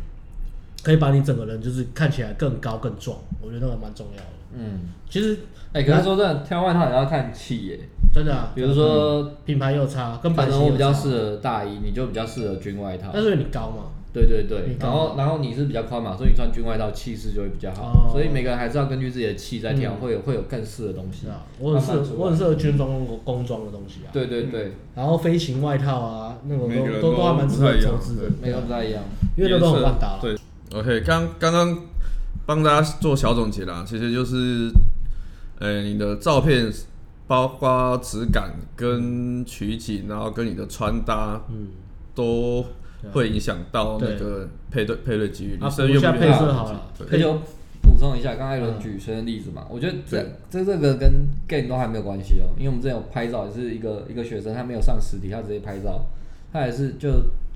Speaker 3: 可以把你整个人就是看起来更高更壮，我觉得那个蛮重要的。
Speaker 2: 嗯，
Speaker 3: 其实
Speaker 2: 哎、可是说真的，挑外套也要看气耶、
Speaker 3: 真的啊，
Speaker 2: 比如说，
Speaker 3: 品牌又差，跟
Speaker 2: 可
Speaker 3: 版
Speaker 2: 能
Speaker 3: 型
Speaker 2: 我
Speaker 3: 又
Speaker 2: 比较
Speaker 3: 差，
Speaker 2: 适合大衣，你就比较适合军外套
Speaker 3: 但。是因为你高嘛，
Speaker 2: 对对
Speaker 3: 你
Speaker 2: 对，然
Speaker 3: 干嘛
Speaker 2: 后然后你是比较宽嘛，所以你穿军外套气势就会比较好。
Speaker 3: 哦
Speaker 2: 所以每个人还是要根据自己的气在挑，会有会有更适的东西
Speaker 3: 是。啊，我很适
Speaker 2: 慢慢
Speaker 3: 合
Speaker 2: 出来
Speaker 3: 我很适合军装工装的东西啊，
Speaker 2: 对对对，
Speaker 3: 然后飞行外套啊，那种
Speaker 1: 每个人
Speaker 3: 都都还蛮
Speaker 1: 都
Speaker 3: 值
Speaker 1: 不太
Speaker 3: 得
Speaker 1: 一样
Speaker 3: 投资的
Speaker 1: 对，
Speaker 2: 每个人不太一样。
Speaker 3: 因为那都很万达啦。
Speaker 1: 对，OK，刚刚刚帮大家做小总结啦，其实就是，呃、你的照片包括质感跟取景，然后跟你的穿搭
Speaker 3: 嗯，
Speaker 1: 都会影响到那
Speaker 3: 对
Speaker 1: 个配对配对机遇。女
Speaker 3: 啊，补
Speaker 1: 生
Speaker 3: 一
Speaker 1: 愿
Speaker 3: 下
Speaker 1: 不
Speaker 3: 配
Speaker 1: 愿意？
Speaker 3: 色好了，
Speaker 2: 而
Speaker 3: 配
Speaker 2: 且我补充一下，刚才有人
Speaker 3: 嗯
Speaker 2: 举学生例子嘛，我觉得这
Speaker 1: 对
Speaker 2: 这这个跟 game 都还没有关系哦，因为我们之前有拍照，也是一个一个学生，他没有上实体，他直接拍照，他也是就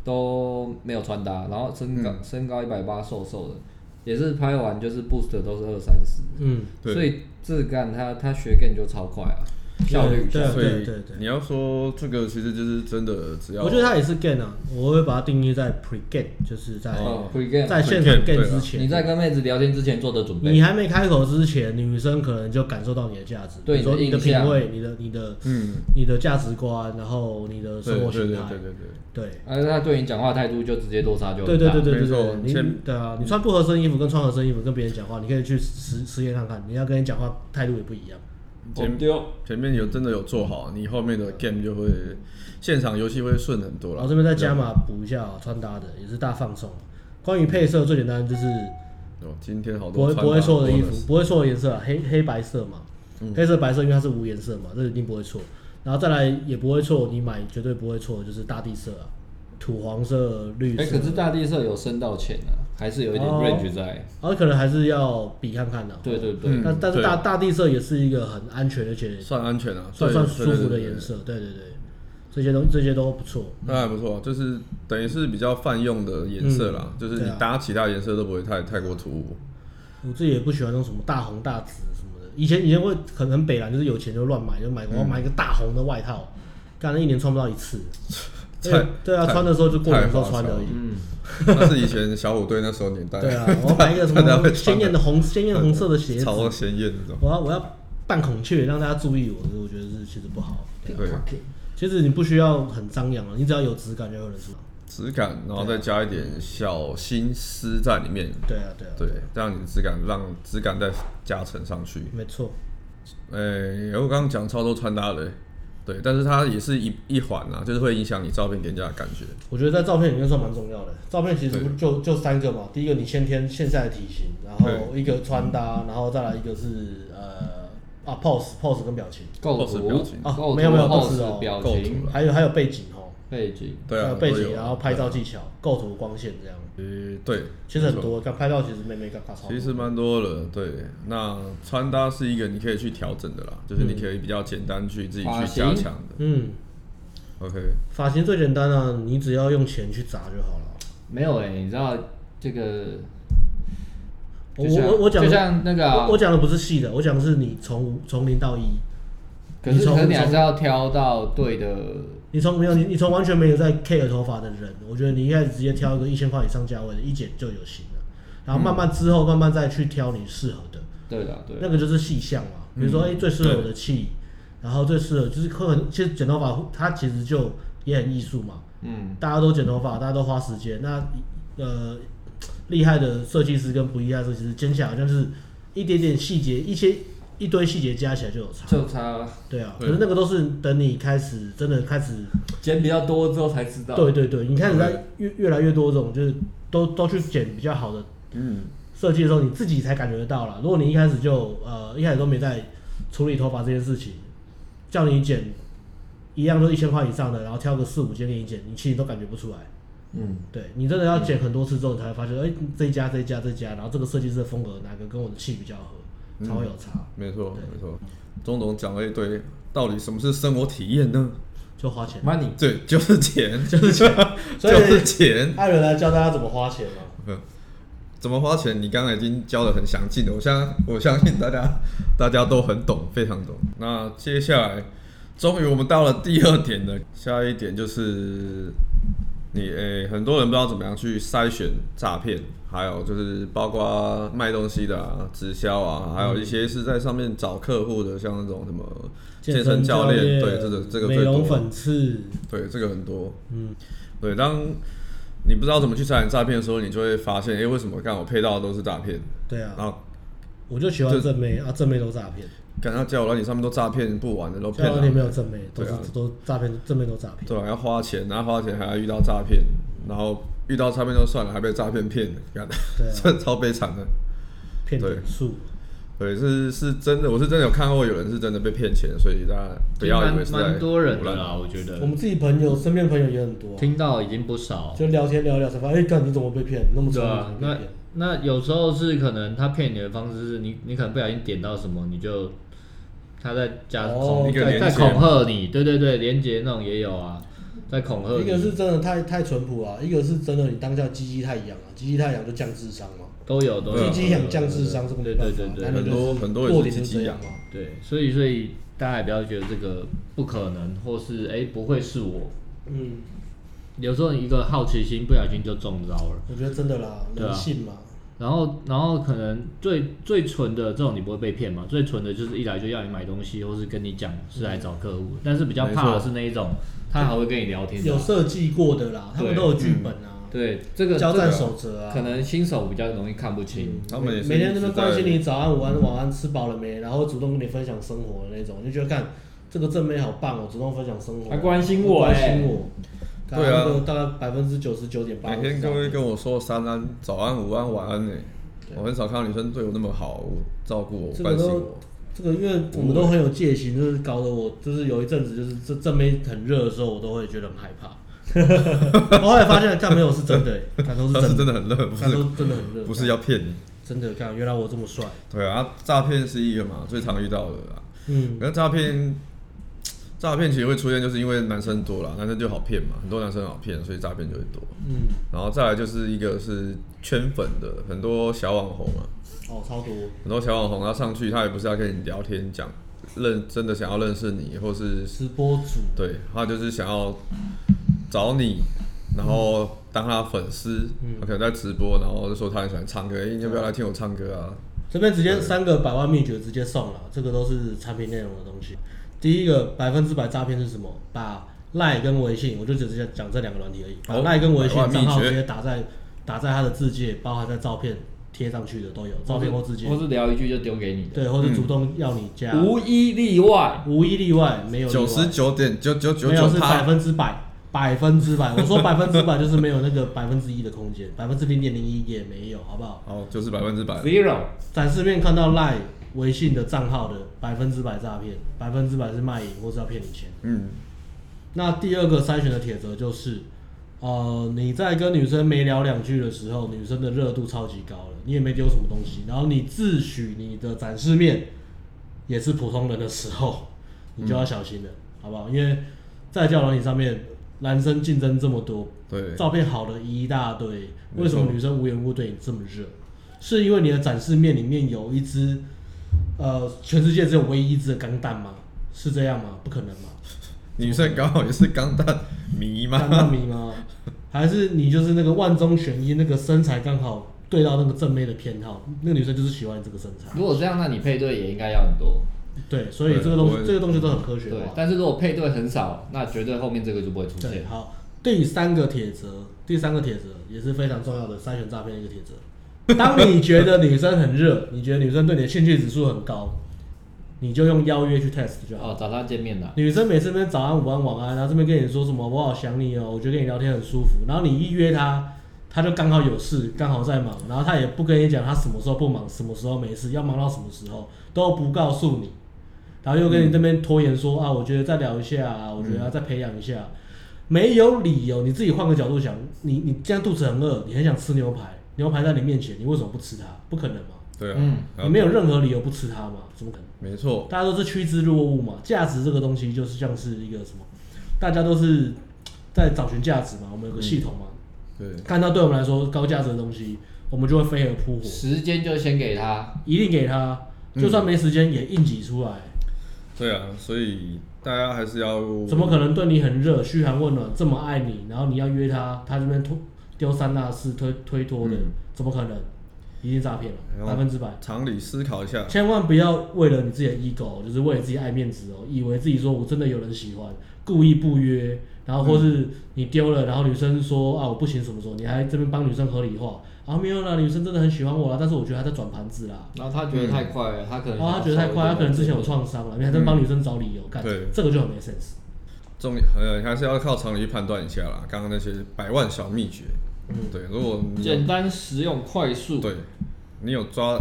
Speaker 2: 都没有穿搭，然后身高、身高一百八，瘦瘦的，也是拍完就是 boost 都是二三十，
Speaker 3: 嗯，
Speaker 1: 对
Speaker 2: 所以这干他他学 game 就超快啊，效率
Speaker 3: 对啊
Speaker 1: 所以
Speaker 3: 对对对
Speaker 1: 你要说这个，其实就是真的，只要
Speaker 3: 我觉得它也是 gain 啊，我会把它定义在 pre gain，就是在
Speaker 2: 哦 pre game，
Speaker 3: 在现场
Speaker 1: pre-game，
Speaker 3: gain
Speaker 1: 对啊
Speaker 3: 之
Speaker 2: 你
Speaker 3: 前，
Speaker 2: 在跟妹子聊天之前做的准备
Speaker 3: 你，还没开口之前，女生可能就感受到你的价值，
Speaker 2: 对
Speaker 3: 比如说
Speaker 2: 你
Speaker 3: 你
Speaker 2: 的
Speaker 3: 的
Speaker 2: 印象
Speaker 3: 品味、你的你的
Speaker 1: 嗯，
Speaker 3: 你的价值观，然后你的
Speaker 1: 对
Speaker 3: 生活
Speaker 1: 对对对
Speaker 3: 形态，
Speaker 1: 对对，
Speaker 3: 对
Speaker 2: 而且他对你讲话态度就直接落差就很
Speaker 3: 对对
Speaker 2: 大
Speaker 3: 对对
Speaker 1: 没
Speaker 3: 对
Speaker 1: 错
Speaker 3: 对，
Speaker 1: 先
Speaker 3: 你对啊，你穿不合身衣服跟穿合身衣服跟别人讲话，你可以去实实验看看，人家跟你讲话态度也不一样。
Speaker 1: 前
Speaker 2: 丢。
Speaker 1: 前面有真的有做好，你后面的 game 就会现场游戏会顺很多
Speaker 3: 然
Speaker 1: 啦
Speaker 3: 后。这边再加码补一下啊穿搭的，也是大放松。关于配色最简单就是
Speaker 1: 哦，今天好
Speaker 3: 不
Speaker 1: 多
Speaker 3: 会不
Speaker 1: 穿
Speaker 3: 会
Speaker 1: 搭
Speaker 3: 错的衣
Speaker 1: 多
Speaker 3: 服，不会错的颜色啊，黑黑白色嘛，
Speaker 1: 嗯
Speaker 3: 黑色白色因为它是无颜色嘛，这一定不会错。然后再来也不会错，你买绝对不会错的就是大地色啊，土黄色、绿色。
Speaker 2: 哎、可是大地色有升到钱啊，还是有一点
Speaker 3: 哦
Speaker 2: range 在。
Speaker 3: 然后可能还是要比看看的、啊。
Speaker 2: 对对对，
Speaker 1: 嗯
Speaker 3: 但但是
Speaker 1: 对
Speaker 3: 大大地色也是一个很安全而且
Speaker 1: 算安全啊，
Speaker 3: 算
Speaker 1: 对
Speaker 3: 算
Speaker 1: 对对
Speaker 3: 舒服
Speaker 1: 对
Speaker 3: 的
Speaker 1: 对
Speaker 3: 颜色，对对对，这些东这些都不错。
Speaker 1: 那还不错，啊就是等于是比较泛用的颜色啦，就是你
Speaker 3: 对啊
Speaker 1: 搭其他颜色都不会太太过突 兀。
Speaker 3: 我自己也不喜欢那种什么大红大紫什么的。以前以前会可能北兰就是有钱就乱买，就买
Speaker 1: 嗯
Speaker 3: 我要买一个大红的外套，干那一年穿不到一 次。对
Speaker 1: 太
Speaker 3: 对啊，
Speaker 1: 太
Speaker 3: 穿的时候就过年的时候
Speaker 1: 太
Speaker 3: 穿
Speaker 1: 花哨
Speaker 3: 而已。
Speaker 2: 嗯，
Speaker 1: 那是以前小虎队那时候年代，
Speaker 3: 对啊，我要买一个什
Speaker 1: 大家
Speaker 3: 么
Speaker 1: 会
Speaker 3: 鲜
Speaker 1: 穿
Speaker 3: 艳的红鲜艳红色的鞋子，
Speaker 1: 超鲜艳那种。
Speaker 3: 我要我要扮孔雀，让大家注意我，我觉得是其实不好。对啊
Speaker 1: 对，
Speaker 3: 其实你不需要很张扬啊，你只要有质感就有人知道。
Speaker 1: 质感，然
Speaker 3: 啊
Speaker 1: 后再加一点小心思在里面，
Speaker 3: 对啊对啊，
Speaker 1: 对，让你的质感让质感再加成上去。
Speaker 3: 没错。
Speaker 1: 哎、我刚刚讲超多穿搭的、对，但是它也是一一环啊，就是会影响你照片给人家的感觉。
Speaker 3: 我觉得在照片里面算蛮重要的。照片其实不就就三个嘛，第一个你先天现在的体型，然后一个穿搭，然后再来一个是呃啊 pose pose 跟表情，
Speaker 2: 构
Speaker 1: pose
Speaker 2: 图
Speaker 1: 表情
Speaker 3: 啊
Speaker 2: 构图
Speaker 3: 没有没有
Speaker 2: pose
Speaker 3: 不是哦
Speaker 2: 表
Speaker 1: 构图
Speaker 2: 情
Speaker 1: 啦
Speaker 3: 还有还有背景哦，
Speaker 2: 背景，
Speaker 1: 对
Speaker 3: 还有
Speaker 1: 啊，
Speaker 3: 背
Speaker 1: 都
Speaker 3: 景，
Speaker 1: 有
Speaker 3: 然后拍照技巧、构图、光线这样，
Speaker 1: 呃、对，
Speaker 3: 其实很多，看拍照其实妹妹嘎嘎超多。
Speaker 1: 其实蛮多的，对。那穿搭是一个你可以去调整的啦，就是你可以比较简单去自己
Speaker 2: 发
Speaker 1: 去
Speaker 2: 型
Speaker 1: 加强的。
Speaker 3: 嗯，
Speaker 1: OK，
Speaker 3: 发型最简单啊，你只要用钱去砸就好了。
Speaker 2: 没有哎、你知道这个？
Speaker 3: 我
Speaker 2: 就像
Speaker 3: 我我讲的
Speaker 2: 就像那个啊、
Speaker 3: 我我讲的不是细的，我讲的是你从无从零到一，
Speaker 2: 可是
Speaker 3: 你从
Speaker 2: 可是你还
Speaker 3: 从
Speaker 2: 是要挑到对的，
Speaker 3: 你从没有你你从完全没有在 care 头发的人，我觉得你一开始直接挑一个一千块以上价位的，一剪就有型了。然后慢慢之后慢慢再去挑你适合的，
Speaker 2: 对的对
Speaker 3: 那
Speaker 2: 啦。
Speaker 3: 个就是细项嘛。比如说，哎、最适合我的气，然后最适合就是可能其实剪头发它其实就也很艺术嘛，
Speaker 2: 嗯，
Speaker 3: 大家都剪头发，大家都花时间。那呃，厉害的设计师跟不厉害的设计师剪起来好像是一点点细节，一些一堆细节加起来就有差。
Speaker 2: 就 差
Speaker 3: 对啊，可
Speaker 1: 对
Speaker 3: 是那个都是等你开始真的开始
Speaker 2: 剪比较多之后才知道。
Speaker 3: 对对对，你开始
Speaker 1: 对
Speaker 3: 在越越来越多这种，就是都都去剪比较好的
Speaker 1: 嗯，
Speaker 3: 设计的时候，你自己才感觉得到了。如果你一开始就呃一开始都没在处理头发这件事情，叫你剪一样都一千块以上的，然后挑个四五间给你剪，你其实都感觉不出来。
Speaker 2: 嗯，
Speaker 3: 对你真的要剪很多次之后，你才会发现，哎、这一家这一家这一家，然后这个设计师的风格哪个跟我的气比较合，
Speaker 1: 嗯
Speaker 3: 超有差，
Speaker 1: 没错没错。钟总讲了一堆，到底什么是生活体验呢？
Speaker 3: 就花钱。
Speaker 2: money
Speaker 1: 对，就是钱，就是钱，就
Speaker 3: 所以
Speaker 1: 是钱。
Speaker 3: 艾伦来教大家怎么花钱嘛，
Speaker 1: 怎么花钱？你刚才已经教的很详尽了，我相我相信大家 大家都很懂，非常懂。那接下来，终于我们到了第二点了。下一点就是你诶、很多人不知道怎么样去筛选诈骗，还有就是包括卖东西的啊、直销啊，还有一些是在上面找客户的，像那种什么健身教练，对，这个这个
Speaker 3: 美
Speaker 1: 最多
Speaker 3: 容。粉刺，
Speaker 1: 对，这个很多。嗯，对，当你不知道怎么去筛选诈骗的时候，你就会发现，哎、为什么干我配到的都是诈骗？
Speaker 3: 对
Speaker 1: 然
Speaker 3: 啊，
Speaker 1: 后
Speaker 3: 我就喜欢正妹啊，正妹都诈骗，
Speaker 1: 干到交友软件上面都诈骗不完的，都骗
Speaker 3: 交友里
Speaker 1: 了。
Speaker 3: 没有正妹，都是
Speaker 1: 对啊
Speaker 3: 都诈骗，正妹都诈骗。
Speaker 1: 对啊吧？要花钱，然后花钱还要遇到诈骗，然后遇到诈骗就算了，还被诈骗骗，干，
Speaker 3: 对啊，
Speaker 1: 这超悲惨的。
Speaker 3: 骗
Speaker 1: 对
Speaker 3: 点数，
Speaker 1: 对，是是真的，我是真的有看过有人是真的被骗钱，所以大家不要以为
Speaker 2: 蛮
Speaker 1: 是在
Speaker 2: 蛮多人
Speaker 1: 胡
Speaker 2: 的
Speaker 1: 乱
Speaker 2: 啦，我觉
Speaker 3: 我
Speaker 2: 得
Speaker 3: 们自己朋友身边朋友也很多啊，
Speaker 2: 听到已经不少。
Speaker 3: 就聊天聊一聊才发现，哎，干你怎么被骗？那么
Speaker 2: 对
Speaker 3: 聪
Speaker 2: 啊
Speaker 3: 明，怎
Speaker 2: 那
Speaker 3: 么被骗？
Speaker 2: 那有时候是可能他骗你的方式是你你可能不小心点到什么，你就他在加
Speaker 3: 哦
Speaker 2: 恐
Speaker 1: 一个
Speaker 2: 在
Speaker 1: 连
Speaker 2: 在
Speaker 1: 接
Speaker 2: 恐吓你，对对对，连接那种也有啊，在恐吓
Speaker 3: 一个
Speaker 2: 你
Speaker 3: 是真的太太淳朴啊，一个是真的你当下鸡鸡太痒啊，鸡鸡太痒就降智商嘛，
Speaker 2: 都有
Speaker 1: 啊
Speaker 2: 都有，
Speaker 3: 鸡鸡痒降智商这个没
Speaker 2: 对
Speaker 3: 办
Speaker 2: 对
Speaker 3: 法
Speaker 2: 对，对
Speaker 3: 男人
Speaker 1: 很
Speaker 3: 就
Speaker 1: 多
Speaker 3: 是
Speaker 1: 很多也是
Speaker 3: 过点就
Speaker 1: 鸡鸡
Speaker 3: 这
Speaker 1: 痒
Speaker 3: 样
Speaker 1: 啊
Speaker 3: 嘛。
Speaker 2: 对，所以所以大家也不要觉得这个不可能，或是哎、不会是我，
Speaker 3: 嗯，
Speaker 2: 有时候一个好奇心不小心就中招了。
Speaker 3: 我觉得真的啦，
Speaker 2: 对啊
Speaker 3: 人性嘛，
Speaker 2: 然后，然后可能最最纯的这种你不会被骗嘛？最纯的就是一来就要你买东西，或是跟你讲是来找客户，但是比较怕
Speaker 1: 没
Speaker 2: 的
Speaker 1: 错
Speaker 2: 是那一种他还会跟你聊天的
Speaker 3: 有
Speaker 2: 啊。
Speaker 3: 设计过的啦，他们
Speaker 2: 对
Speaker 3: 都有
Speaker 1: 嗯
Speaker 3: 剧本啊，
Speaker 2: 对这个
Speaker 3: 交战
Speaker 2: 这个
Speaker 3: 守则啊，
Speaker 2: 可能新手比较容易看不清。
Speaker 1: 他们也是
Speaker 3: 每天
Speaker 1: 一
Speaker 3: 那
Speaker 1: 直
Speaker 3: 边
Speaker 1: 在
Speaker 3: 关心你早安、午安、晚安，吃饱了没，然后主动跟你分享生活的那种，你就觉得看这个正妹好棒哦，主动分享生活，
Speaker 2: 还关心我
Speaker 3: 关
Speaker 2: 欸
Speaker 3: 心我，干
Speaker 1: 对啊
Speaker 3: 那个大概百分之九十九点八，
Speaker 1: 每天都会跟我说三安、早安、午安、晚安呢、我很少看到女生对我那么好，照顾我、
Speaker 3: 这个
Speaker 1: 关心
Speaker 3: 都
Speaker 1: 我。
Speaker 3: 这个，因为我们都很有戒心，就是搞得我就是有一阵子就是这正妹很热的时候，我都会觉得很害 怕。我后来发现，干没有是真的欸，干都 是
Speaker 1: 他是
Speaker 3: 真
Speaker 1: 真
Speaker 3: 的，
Speaker 1: 的很热，不
Speaker 3: 干都
Speaker 1: 是
Speaker 3: 是真的很热，
Speaker 1: 不是要骗你。
Speaker 3: 真的干，原来我这么帅，
Speaker 1: 对啊，诈骗是一个嘛，最常遇到的啦。
Speaker 3: 嗯，
Speaker 1: 那诈骗，诈骗其实会出现，就是因为男生多啦，男生就好骗嘛，很多男生好骗，所以诈骗就会多。
Speaker 3: 嗯，
Speaker 1: 然后再来就是一个是圈粉的，很多小网红啊，
Speaker 3: 哦，超多，
Speaker 1: 很多小网红他上去，他也不是要跟你聊天讲，认真的想要认识你，或是
Speaker 3: 直播主，
Speaker 1: 对他就是想要找你，然后当他的粉丝，
Speaker 3: 嗯
Speaker 1: 他可能在直播，然后就说他很喜欢唱歌，哎、你要不要来听我唱歌啊？
Speaker 3: 这边直接三个百万秘诀直接送了，这个都是产品内容的东西。第一个百分之百诈骗是什么？把赖跟微信，我就只是讲这两个软体而已。把
Speaker 1: 哦
Speaker 3: 赖跟微信
Speaker 1: 百万秘
Speaker 3: 账号
Speaker 1: 诀
Speaker 3: 直接打在打在他的字界，包含在照片贴上去的都有，
Speaker 1: 哦
Speaker 3: 照片或字界
Speaker 2: 或，是聊一句就丢给你的，
Speaker 3: 对，或
Speaker 1: 嗯
Speaker 3: 者主动要你加，
Speaker 2: 无一例外。
Speaker 3: 无一例外，没有例
Speaker 1: 九
Speaker 3: 外
Speaker 1: 十九点九九九
Speaker 3: 没
Speaker 1: 九
Speaker 3: 有是百
Speaker 1: 趴，
Speaker 3: 分之百，百分之百。我说百分之百就是没有那个百分之一的空间，百分之零点零一也没有，好不好？
Speaker 1: 哦，就是百分之百。
Speaker 2: Zero，
Speaker 3: 展示面看到赖微信的账号的百分之百诈骗，百分之百是卖淫或是要骗你钱。
Speaker 1: 嗯，
Speaker 3: 那第二个筛选的铁则就是，呃，你在跟女生没聊两句的时候，女生的热度超级高了，你也没丢什么东西，然后你自诩你的展示面也是普通人的时候，你就要小心了，好不好？因为在交友软体上面，男生竞争这么多，
Speaker 1: 对，
Speaker 3: 照片好的一大堆，
Speaker 1: 没错
Speaker 3: 为什么女生无缘无故对你这么热？是因为你的展示面里面有一只，呃，全世界只有唯一一只的钢弹吗？是这样吗？不可能嘛，
Speaker 1: 女生刚好也是钢弹迷
Speaker 3: 钢弹
Speaker 1: 吗？
Speaker 3: 迷吗？还是你就是那个万中选一，那个身材刚好对到那个正妹的偏好，那个女生就是喜欢你这个身材。
Speaker 2: 如果这样，那你配对也应该要很多。
Speaker 3: 对，所以这个东西
Speaker 1: 对
Speaker 3: 这个东西都很科学
Speaker 2: 对
Speaker 3: 化，。
Speaker 2: 但是如果配对很少，那绝对后面这个就不会出
Speaker 3: 对，
Speaker 2: 现。
Speaker 3: 好，第三个铁则，第三个铁则也是非常重要的筛选诈骗的一个铁则。当你觉得女生很热，你觉得女生对你的兴趣指数很高，你就用邀约去 test 就好。
Speaker 2: 哦，找他见面啦。
Speaker 3: 女生每次这边早安、午安、晚安，然后这边跟你说什么“我好想你哦”，我觉得跟你聊天很舒服，然后你一约她，她就刚好有事，刚好在忙，然后她也不跟你讲她什么时候不忙，什么时候没事，要忙到什么时候都不告诉你，然后又跟你这边拖延说、啊，我觉得再聊一下啊，我觉得要再培养一下，没有理由。你自己换个角度想，你你现在肚子很饿，你很想吃牛排，牛排在你面前，你为什么不吃它？不可能嘛。
Speaker 1: 对啊，
Speaker 2: 嗯
Speaker 1: 还
Speaker 3: 你没有任何理由不吃它嘛？怎么可能？
Speaker 1: 没错，
Speaker 3: 大家都是趋之若鹜嘛，价值这个东西就是像是一个什么，大家都是在找寻价值嘛，我们有个系统嘛，
Speaker 1: 对，
Speaker 3: 看到对我们来说高价值的东西，我们就会飞蛾扑火，
Speaker 2: 时间就先给他，
Speaker 3: 一定给他，
Speaker 1: 嗯
Speaker 3: 就算没时间也硬挤出来，
Speaker 1: 对啊，所以大家还是要
Speaker 3: 怎么可能对你很热、嘘寒问暖、这么爱你，然后你要约他，他这边推丢三落四、推推脱的，
Speaker 1: 嗯
Speaker 3: 怎么可能？一定诈骗
Speaker 1: 然
Speaker 3: 了，
Speaker 1: 后
Speaker 3: 百分之百。
Speaker 1: 常理思考一下？
Speaker 3: 千万不要为了你自己的 ego，就是为了自己爱面子哦，以为自己说我真的有人喜欢，故意不约，然后或
Speaker 1: 嗯
Speaker 3: 是你丢了，然后女生说啊我不行什么时候，你还这边帮女生合理化，啊没有啦，女生真的很喜欢我啦，但是我觉得她在转盘子啦，
Speaker 2: 然后他觉得太快了，他可能
Speaker 3: 然后哦她觉得太快，她可能之前有创伤了，你还在帮女生找理由，干、
Speaker 1: 嗯对
Speaker 3: 这个就很没 sense。
Speaker 1: 重呃还是要靠常理判断一下啦。刚刚那些百万小秘诀，嗯，对，如果你有
Speaker 2: 简单实用快速，
Speaker 1: 对，你有抓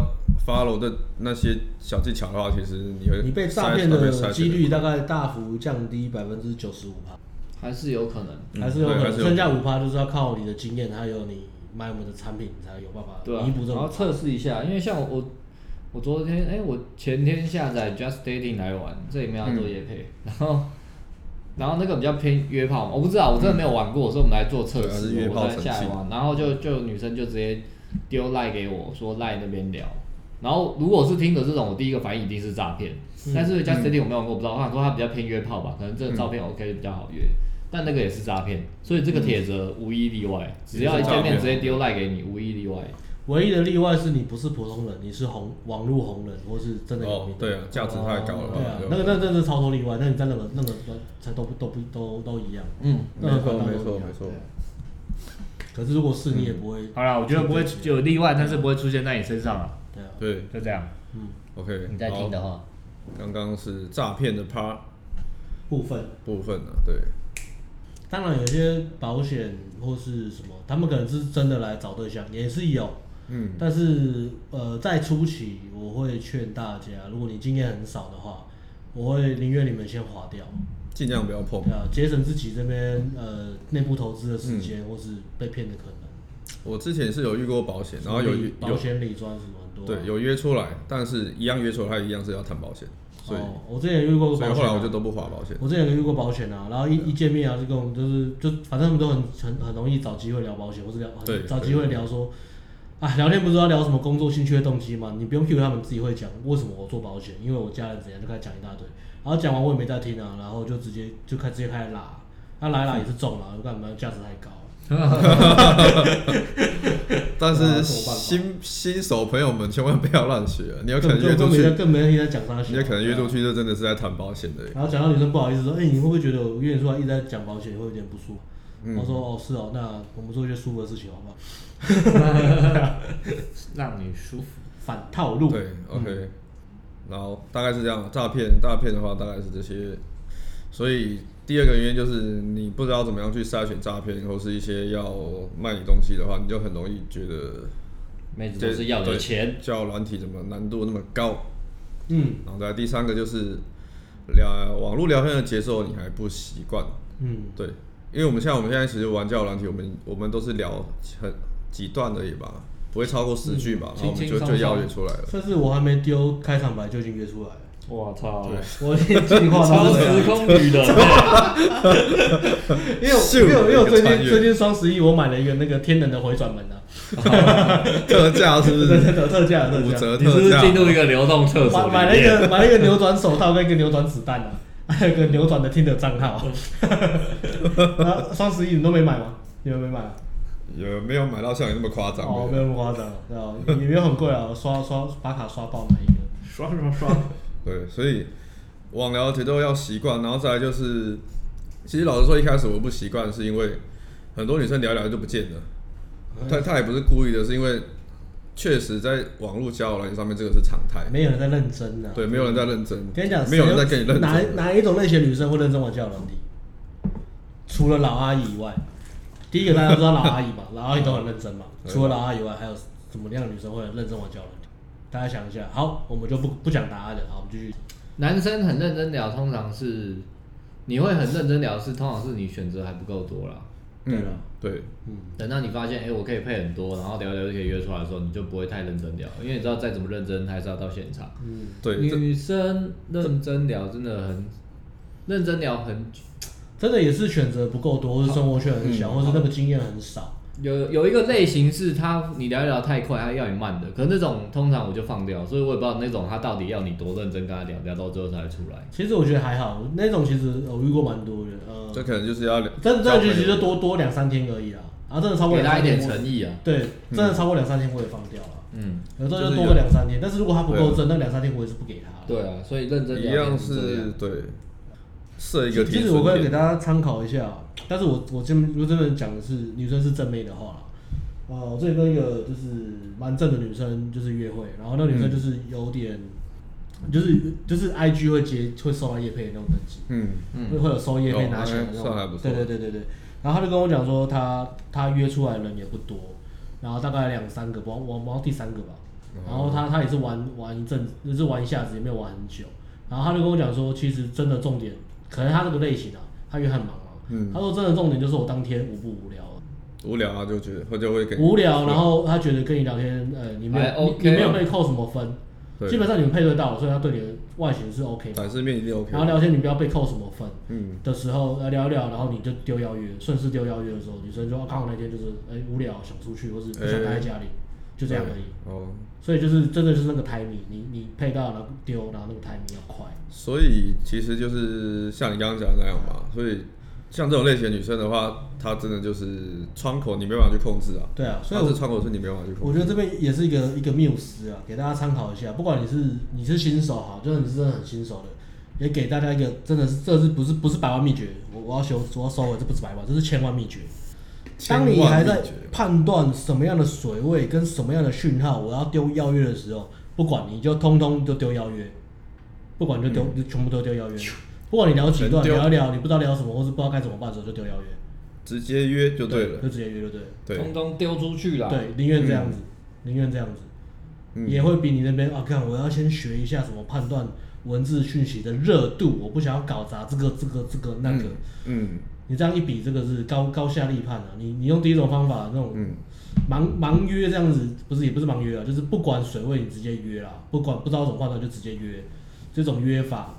Speaker 1: follow 的那些小技巧的话，其实你会
Speaker 3: 你被诈骗的几率大概大幅降低百分之九十五趴，
Speaker 2: 还是有可能。
Speaker 1: 嗯
Speaker 3: 还是有可
Speaker 1: 对还
Speaker 3: 能
Speaker 1: 是有
Speaker 3: 剩下五趴就是要靠你的经验，还有你买我们的产品才有办
Speaker 2: 对
Speaker 3: 法
Speaker 2: 啊
Speaker 3: 弥补，这
Speaker 2: 然后。
Speaker 3: 种
Speaker 2: 测试一下，因为像我我我昨天哎、我前天下载 Just Dating 来玩，这里面要
Speaker 1: 嗯
Speaker 2: 做夜配，然后然后那个比较偏约炮嘛，我不知道，我真的没有玩过，所以我们来做测
Speaker 1: 嗯对啊是
Speaker 2: 试，
Speaker 1: 约炮
Speaker 2: 我在
Speaker 1: 神
Speaker 2: 下来
Speaker 1: 器
Speaker 2: 玩，然后就就女生就直接丢赖给我说赖那边聊。然后如果是听的这种，我第一个反应一定是诈骗。
Speaker 1: 嗯
Speaker 2: 但是 Just Dating 我没有玩过，我不知道。我想说它比较偏约炮吧，可能这个照
Speaker 1: 嗯
Speaker 2: 片 OK 比较好约，但那个也是诈骗，所以这个帖子无一例外，只要一见
Speaker 1: 啊
Speaker 2: 面直接丢赖给你，无一例外。
Speaker 3: 唯一的例外是你不是普通人，你是红网络红人，或是真的有
Speaker 1: 哦
Speaker 3: 名，。
Speaker 1: 对啊，价值太高了吧
Speaker 3: 对啊，
Speaker 1: 对
Speaker 3: 那
Speaker 1: 吧
Speaker 3: 个那真的是超脱例外，那你在那个那个才都不都不都都一样，
Speaker 2: 嗯，
Speaker 3: 那
Speaker 1: 没
Speaker 3: 个
Speaker 1: 错
Speaker 3: 管道
Speaker 1: 没
Speaker 3: 都
Speaker 1: 错
Speaker 3: 一样
Speaker 1: 没错
Speaker 3: 对啊可是如果是你也不会，
Speaker 4: 好了，我觉得不会有例外，但是不会出现在你身上啊，
Speaker 3: 对啊，
Speaker 1: 对
Speaker 4: 就这样。
Speaker 1: ，OK，
Speaker 2: 你在听的
Speaker 1: 好
Speaker 2: 话，
Speaker 1: 刚刚是诈骗的趴
Speaker 3: 部分。
Speaker 1: 部分啊，对，
Speaker 3: 当然有些保险或是什么，他们可能是真的来找对象，也是有，
Speaker 1: 嗯，
Speaker 3: 但是呃，在初期我会劝大家，如果你经验很少的话，我会宁愿你们先划掉。
Speaker 1: 尽量不要碰
Speaker 3: 对。啊，节省自己这边呃内部投资的时间，
Speaker 1: 嗯
Speaker 3: 或是被骗的可能。
Speaker 1: 我之前是有遇过保险，然后有
Speaker 3: 理
Speaker 1: 有
Speaker 3: 保险理专什么很多啊、
Speaker 1: 对有约出来，但是一样约出来，他一样是要谈保险，所以、
Speaker 3: 哦，我之前也遇过个
Speaker 1: 所以
Speaker 3: 保
Speaker 1: 后
Speaker 3: 险、
Speaker 1: 来我
Speaker 3: 啊
Speaker 1: 就，都不划保险。
Speaker 3: 我之前也遇过保险啊，然后一一见面啊，就跟我们就是就反正我们都很很很容易找机会聊保险，或是聊
Speaker 1: 对
Speaker 3: 找机会聊说。啊，聊天不是要聊什么工作兴趣的动机吗？你不用 Q 他们自己会讲为什么我做保险，因为我家人怎样就开始讲一大堆，然后讲完我也没在听啊，然后就直接就开直接开始拉，他、来拉也是中了，我干嘛价值太高，
Speaker 1: 但
Speaker 3: 那
Speaker 1: 是
Speaker 3: 怎么办吧
Speaker 1: 新新手朋友们千万不要乱学，啊你有可能
Speaker 3: 更
Speaker 1: 约
Speaker 3: 更
Speaker 1: 出
Speaker 3: 更没
Speaker 1: 去
Speaker 3: 在，更没人听他讲啥
Speaker 1: 你
Speaker 3: 小，
Speaker 1: 有可能约
Speaker 3: 对啊
Speaker 1: 出去就真的是在谈保险的。
Speaker 3: 然后讲到女生不好意思说，哎、你会不会觉得我约你出来一直在讲保险，会有点不舒服？
Speaker 1: 嗯
Speaker 3: 我说哦是哦，那我们做一些舒服的事情好不好？
Speaker 2: 让你舒服。
Speaker 3: 反套路，
Speaker 1: 对，OK，、然后大概是这样，诈骗诈骗的话大概是这些，所以第二个原因就是你不知道怎么样去筛选诈骗，或是一些要卖你东西的话，你就很容易觉得
Speaker 2: 妹子都是要有
Speaker 1: 对
Speaker 2: 钱，
Speaker 1: 教软体怎么难度那么高。
Speaker 3: 嗯
Speaker 1: 然后再来第三个就是聊网络聊天的节奏你还不习惯，
Speaker 3: 嗯，
Speaker 1: 对，因为我们像我们现在其实玩交友软体，我们我们都是聊很几段而已吧，不会超过十句吧，然后我们
Speaker 2: 嗯轻
Speaker 1: 就
Speaker 2: 轻松
Speaker 1: 就
Speaker 2: 松
Speaker 1: 邀约出来了。
Speaker 3: 甚至我还没丢开场白就已经约出来了，
Speaker 2: 我操，
Speaker 3: 我已经计划到
Speaker 2: 超
Speaker 3: 这
Speaker 2: 时
Speaker 3: 样，
Speaker 2: 空 旅人，
Speaker 3: 因为我
Speaker 1: 咻
Speaker 3: 因为我因为我最
Speaker 1: 一个穿
Speaker 3: 近
Speaker 1: 越
Speaker 3: 最近双十一我买了一个那个天能的回转门啊，
Speaker 1: 特价是不
Speaker 3: 对对
Speaker 1: 是？
Speaker 3: 对，特价
Speaker 1: 五
Speaker 3: 特价，
Speaker 1: 折
Speaker 2: 你是不
Speaker 1: 特
Speaker 2: 是
Speaker 1: 价，
Speaker 2: 进入一个流动厕所里
Speaker 3: 买买了一
Speaker 2: 面？
Speaker 3: 个买了一个扭转手套跟一个扭转子弹啊，还有一个扭转的听的账 号， 然后双十一你们都没买吗？你们没买啊？
Speaker 1: 有没有买到像你那么夸张
Speaker 3: 哦，没
Speaker 1: 的？
Speaker 3: 有那么夸张，对啊，也没有很贵啊，我刷刷把卡刷爆买一个。
Speaker 4: 刷刷刷，
Speaker 1: 对，所以网聊节奏要习惯，然后再来就是，其实老实说，一开始我不习惯，是因为很多女生聊一聊就不见了，
Speaker 2: 哎
Speaker 1: 她她也不是故意的，是因为确实在网络交友软件上面这个是常态，
Speaker 3: 没有人在认真的、啊。
Speaker 1: 哎对，没有人在认真，
Speaker 3: 跟你讲，
Speaker 1: 没有人在跟你认
Speaker 3: 哪
Speaker 1: 真，
Speaker 3: 哪一种类型的女生会认真玩交友软体？除了老阿姨以外，第一个大家都知道老阿姨嘛，老阿姨都很认真嘛。
Speaker 1: 对啊
Speaker 3: 除了老阿姨以外，还有怎么样的女生会认真玩交友软体？大家想一下，好，我们就不不讲答案了，好，我们继续。
Speaker 2: 男生很认真聊，通常是你会很认真聊，是通常是你选择还不够多啦。
Speaker 1: 嗯
Speaker 4: 对了，
Speaker 1: 对，
Speaker 2: 等到你发现，哎、我可以配很多，然后聊一聊就可以约出来的时候，你就不会太认真聊，因为你知道再怎么认真，还是要到现场。
Speaker 3: 嗯，
Speaker 1: 对，这
Speaker 2: 女生认真聊真的很，认真聊很
Speaker 3: 真的也是选择不够多，或是生活圈很小，
Speaker 1: 嗯
Speaker 3: 或是那个经验很少。
Speaker 2: 有有一个类型是他你聊一聊太快，他要你慢的，可是那种通常我就放掉，所以我也不知道那种他到底要你多认真跟他聊，聊到最后才会出来。
Speaker 3: 其实我觉得还好，那种其实我遇过蛮多的，呃，
Speaker 1: 这可能就是要聊
Speaker 3: 真真的就
Speaker 1: 交朋友
Speaker 3: 其实就多多两三天而已啦，然后真的超过
Speaker 2: 给
Speaker 3: 两
Speaker 2: 他一
Speaker 3: 三
Speaker 2: 点
Speaker 3: 天，
Speaker 2: 诚意啊，
Speaker 3: 对，真的超过两三天我也放掉了，
Speaker 2: 嗯，
Speaker 3: 有时候
Speaker 1: 嗯就
Speaker 3: 就是多
Speaker 1: 有啊
Speaker 3: 个两三天，但是如果他不够正，那两三天我也是不给他了。
Speaker 2: 对啊，所以认真
Speaker 1: 一
Speaker 2: 聊
Speaker 1: 样
Speaker 2: 天这
Speaker 1: 是
Speaker 2: 样
Speaker 1: 对设一个
Speaker 3: 其
Speaker 1: 停
Speaker 3: 实我可
Speaker 1: 损
Speaker 3: 以给
Speaker 1: 点，
Speaker 3: 大家参考一下，但是我我这边如果真的讲的是女生是正妹的话啦，哦，我这里跟一个就是蛮正的女生就是约会，然后那女生
Speaker 1: 嗯
Speaker 3: 就是有点，就是就是 I G 会接会收到叶配的那种等级，
Speaker 1: 嗯，
Speaker 3: 会会有收叶配
Speaker 1: 哦
Speaker 3: 拿钱的那种，
Speaker 1: 算还不错
Speaker 3: 对对对对对。然后他就跟我讲说他，他约出来的人也不多，然后大概两三个，往往往第三个吧。
Speaker 1: 哦
Speaker 3: 然后他他也是玩玩一阵子，就是玩一下子，也没有玩很久。然后他就跟我讲说，其实真的重点，可能他这个类型啊，他约很忙啊。
Speaker 1: 嗯
Speaker 3: 他说真的重点就是我当天无不无聊啊，
Speaker 1: 无聊啊就觉得他就会给
Speaker 3: 无聊，然后他觉得跟你聊天，呃，你没有、
Speaker 2: 还
Speaker 3: 你
Speaker 2: OK
Speaker 3: 你没有
Speaker 2: 啊
Speaker 3: 被扣什么分，
Speaker 1: 对
Speaker 3: 基本上你们配对到了，所以他对你的外形是 OK 的。
Speaker 1: 展示面一定 OK，
Speaker 3: 然后聊天你不要被扣什么分，
Speaker 1: 嗯，
Speaker 3: 的时候呃聊一聊，然后你就丢邀约，顺势丢邀约的时候，女生就啊刚好那天就是哎、无聊想出去，或是不想待在家里，就这样而已。
Speaker 1: 哎对哦。
Speaker 3: 所以就是真的就是那个 timing，你你配到然后丢，然后那个 timing 要快。
Speaker 1: 所以其实就是像你刚刚讲的那样吧，所以像这种类型的女生的话，她真的就是窗口你没办法去控制啊，
Speaker 3: 对啊，所以
Speaker 1: 她是
Speaker 3: 我
Speaker 1: 窗口是你没办法去控
Speaker 3: 我
Speaker 1: 制。
Speaker 3: 觉得这边也是一个一个缪斯啊，给大家参考一下。不管你是你是新手哈，就是你是真的很新手的，也给大家一个真的是这是不是不是百万秘诀，我我要修我要收了，这不是百万，这是千万秘诀。当你
Speaker 1: 千万
Speaker 3: 还在
Speaker 1: 秘诀
Speaker 3: 判断什么样的水位跟什么样的讯号我要丢邀约的时候，不管你就通通就丢邀约，不管就丢、就全部都丢邀约，不管你聊几段
Speaker 1: 嗯全丢
Speaker 3: 聊一聊，你不知道聊什么或是不知道该怎么办的时候就丢邀约，
Speaker 1: 直接约就对了，
Speaker 3: 就直接约就对了。
Speaker 1: 对，
Speaker 2: 通通丢出去啦。
Speaker 3: 对，宁愿这样子，宁愿这样子，
Speaker 1: 嗯
Speaker 3: 也会比你那边啊，看我要先学一下怎么判断文字讯息的热度，我不想要搞砸这个这个这个那个。
Speaker 1: 嗯
Speaker 3: 你这样一比，这个是高高下立判啊！你你用第一种方法那种
Speaker 1: 嗯，
Speaker 3: 盲盲约这样子，不是也不是盲约啊，就是不管水位你直接约啦，不管不知道怎么判断就直接约，这种约法，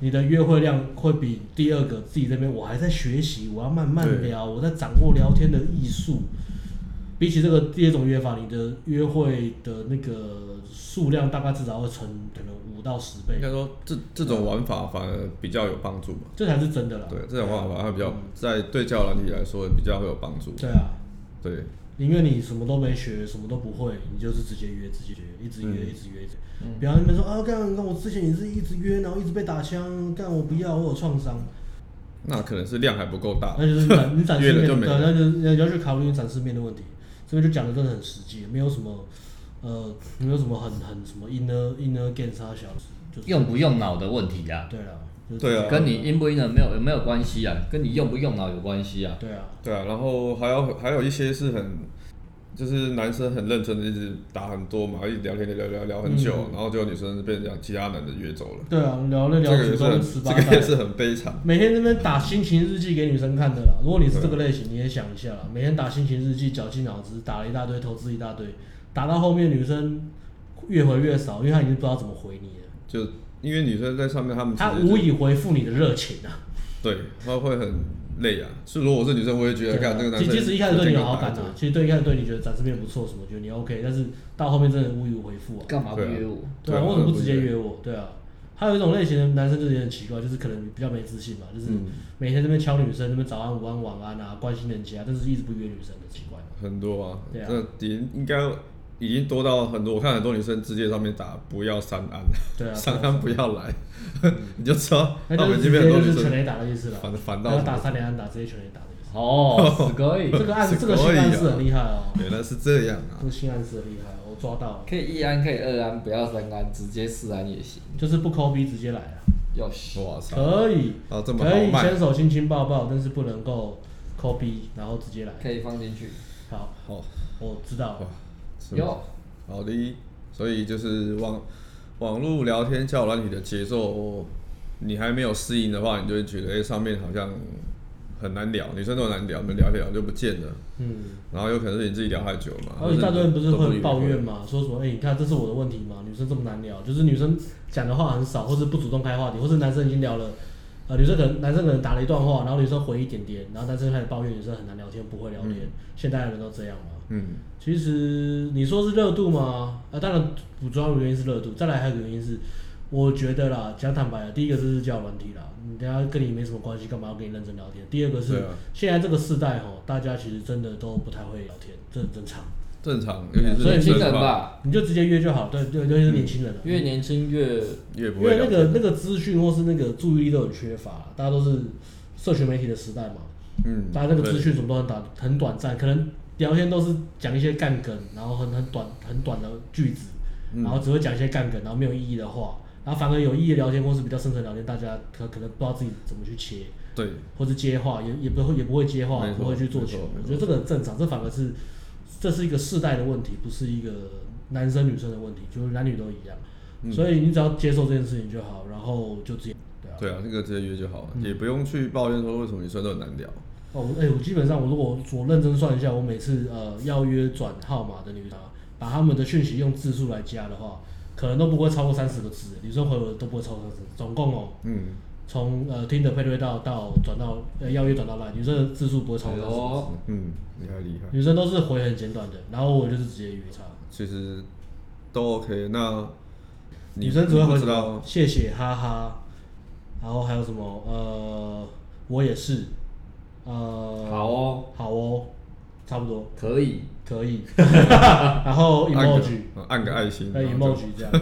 Speaker 3: 你的约会量会比第二个自己这边我还在学习，我要慢慢
Speaker 1: 对
Speaker 3: 聊，我在掌握聊天的艺术。比起这个第二种约法，你的约会的那个数量大概至少会乘可能五到十倍
Speaker 1: 应，该说这这种玩法反而比较有帮助嘛，
Speaker 3: 这才是真的啦。
Speaker 1: 对，这种玩法它比较在对教软体来说比较会有帮助，
Speaker 3: 对啊，
Speaker 1: 对，
Speaker 3: 宁愿你什么都没学，什么都不会，你就是直接约，直接约，一直约，
Speaker 1: 嗯
Speaker 3: 一直约，一直。不要那边说啊，干干我之前也是一直约，然后一直被打枪，干我不要，我有创伤，
Speaker 1: 那可能是量还不够大，
Speaker 3: 那就是展你展示
Speaker 1: 啊约
Speaker 3: 面
Speaker 1: 了
Speaker 3: 对，
Speaker 1: 就没了
Speaker 3: 那就是你要去考虑展示面的问题。这边就讲的真的很实际，没有什么呃，没有什么很很什么 inner inner game 啥小，就是
Speaker 2: 用不用脑的问题啊，
Speaker 3: 对了，就是
Speaker 1: 对啊，
Speaker 2: 跟你阴不阴的没有没有关系啊，跟你用不用脑有关系啊。
Speaker 3: 对啊，
Speaker 1: 对啊，然后还有还有一些是很，就是男生很认真的一直打很多嘛，一直聊天聊聊聊聊很久，然后就有女生被人家其他男的约走了，
Speaker 3: 对啊，聊了
Speaker 1: 这
Speaker 3: 嗯聊
Speaker 1: 个
Speaker 3: 祖
Speaker 1: 也是
Speaker 3: 宗
Speaker 1: 很
Speaker 3: 十
Speaker 1: 这
Speaker 3: 八
Speaker 1: 个也
Speaker 3: 代。
Speaker 1: 是很悲惨。
Speaker 3: 每天那边打心情日记给女生看的啦。如果你是这个类型，你也想一下啦。每天打心情日记，绞尽脑汁，打了一大堆，投资一大堆，打到后面女生越回越少，因为她已经不知道怎么回你了，
Speaker 1: 就因为女生在上面，她嗯们其
Speaker 3: 她
Speaker 1: 实
Speaker 3: 无以回复你的热情啊。
Speaker 1: 对，她会很累啊。所以如果我是女生，我也觉得，看这个男
Speaker 3: 啊其
Speaker 1: 生，
Speaker 3: 即使一开始对你有好感啊，其实对一开始对你觉得展示面不错什么，觉得你 OK，但是到后面真的无以回复啊。
Speaker 2: 干嘛不约我？
Speaker 3: 对
Speaker 1: 对
Speaker 3: 啊，
Speaker 1: 啊
Speaker 3: 为什么不直接约我？对啊，还有一种类型的男生就是有点奇怪，就是可能比较没自信嘛，就是
Speaker 1: 嗯
Speaker 3: 每天这边敲女生，这边早安、午安、晚安啊，关心人家，但是一直不约女生的奇怪。
Speaker 1: 很多啊，
Speaker 3: 对啊
Speaker 1: 这已应该已经多到很多。我看很多女生直接上面打不要三安，
Speaker 3: 对啊，嗯
Speaker 1: 三安不要来， 你就知道
Speaker 3: 那
Speaker 1: 他
Speaker 3: 就
Speaker 1: 们
Speaker 3: 是
Speaker 1: 这
Speaker 3: 直
Speaker 1: 边
Speaker 3: 接
Speaker 1: 很多女
Speaker 3: 就是全
Speaker 1: 生
Speaker 3: 垒打的意思了，
Speaker 1: 烦烦
Speaker 3: 然
Speaker 1: 到
Speaker 3: 后
Speaker 1: 什
Speaker 3: 打
Speaker 1: 么。
Speaker 3: 三连安打，直接全垒打的意思。
Speaker 2: 哦，是可以，
Speaker 3: 这个暗
Speaker 1: 是
Speaker 3: 这个
Speaker 1: 可以
Speaker 3: 性暗
Speaker 1: 啊
Speaker 3: 示很厉害哦，
Speaker 1: 原来是这样啊
Speaker 3: 这！个性暗示很厉害哦，我抓到了，
Speaker 2: 可以一安，可以二安，不要三安，直接四安也行。
Speaker 3: 就是不抠逼直接来啊，
Speaker 2: 要死，
Speaker 1: 哇塞，
Speaker 3: 可以
Speaker 1: 啊这么
Speaker 3: 可以
Speaker 1: 豪迈
Speaker 3: 牵，手亲亲抱抱，但是不能够抠逼，然后直接来。
Speaker 2: 可以放进去。
Speaker 3: 好，
Speaker 1: 好
Speaker 3: 我知道
Speaker 1: 哇
Speaker 3: 了，，
Speaker 1: 是吗
Speaker 2: 有，
Speaker 1: 好的，所以就是网网络聊天交友软体的节奏，你还没有适应的话，你就会觉得哎、诶上面好像很难聊，女生都很难聊，你们聊一聊就不见了，
Speaker 3: 嗯，
Speaker 1: 然后有可能是你自己聊太久嘛。
Speaker 3: 哦然后一大堆人不是
Speaker 1: 都
Speaker 3: 会
Speaker 1: 愉
Speaker 3: 抱
Speaker 1: 快
Speaker 3: 怨嘛，说什么哎、你看这是我的问题嘛，女生这么难聊，就是女生讲的话很少，或是不主动开话题，或是男生已经聊了，呃，女生可能男生可能打了一段话，然后女生回一点点，然后男生开始抱怨女生很难聊天，不会聊天，现代人都这样嘛。
Speaker 1: 嗯，
Speaker 3: 其实你说是热度吗？啊，当然主要的原因是热度，再来还有一个原因是，我觉得啦，讲坦白的，啊第一个就是交友软体啦，你等下跟你没什么关系，干嘛要跟你认真聊天？第二个是、
Speaker 1: 对啊
Speaker 3: 现在这个时代吼，大家其实真的都不太会聊天，这很正常，
Speaker 1: 正常，
Speaker 3: 嗯
Speaker 1: 尤其是
Speaker 2: 年
Speaker 1: 女
Speaker 2: 轻
Speaker 1: 生
Speaker 2: 人
Speaker 1: 吧，
Speaker 2: 吧，
Speaker 3: 你就直接约就好。对对，尤其是年轻人啊，
Speaker 2: 越年轻越
Speaker 1: 嗯也不
Speaker 3: 因
Speaker 1: 会
Speaker 3: 为
Speaker 1: 聊
Speaker 3: 那个
Speaker 1: 天。
Speaker 3: 那个资讯或是那个注意力都很缺乏，大家都是社群媒体的时代嘛，
Speaker 1: 嗯，
Speaker 3: 大家那个资
Speaker 1: 对
Speaker 3: 讯什么都很短很短暂，可能聊天都是讲一些干梗，然后很很短很短的句子，
Speaker 1: 嗯
Speaker 3: 然后只会讲一些干梗，然后没有意义的话，然后反而有意义的聊天或是比较深层的聊天，大家可可能不知道自己怎么去切，
Speaker 1: 对，
Speaker 3: 或是接话，也也不会也不会接话
Speaker 1: 没，错
Speaker 3: 不会去做
Speaker 1: 没错
Speaker 3: 球，
Speaker 1: 没
Speaker 3: 我
Speaker 1: 错
Speaker 3: 觉得这个很正常，这反而是这是一个世代的问题，不是一个男生女生的问题，就是男女都一样，
Speaker 1: 嗯
Speaker 3: 所以你只要接受这件事情就好，然后就直接对啊。
Speaker 1: 对啊，那个直接约就好了，
Speaker 3: 嗯
Speaker 1: 也不用去抱怨说为什么女生都很难聊。
Speaker 3: 哦，我哎、我基本上我如果我认真算一下，我每次呃邀约转号码的女生啊，把她们的讯息用字数来加的话，可能都不会超过三十个字，女生回我都不会超过三十，总共哦，
Speaker 1: 嗯，
Speaker 3: 从呃听的配对到到转到呃邀约转到来，女生的字数不会超过
Speaker 2: 哎
Speaker 3: 三十、
Speaker 2: 呦
Speaker 1: 嗯，厉害厉害。
Speaker 3: 女生都是回很简短的，然后我就是直接约她，
Speaker 1: 其实都 OK。那你
Speaker 3: 女生只会
Speaker 1: 你不
Speaker 3: 回
Speaker 1: 知
Speaker 3: 什么
Speaker 1: 道，
Speaker 3: 谢谢哈哈，然后还有什么呃我也是，呃
Speaker 2: 好哦，
Speaker 3: 好哦，差不多
Speaker 2: 可以。
Speaker 3: 可以， 然 后
Speaker 1: 按个
Speaker 3: emoji。
Speaker 1: 嗯按个爱心，
Speaker 3: 那
Speaker 1: 然后
Speaker 3: emoji 这样，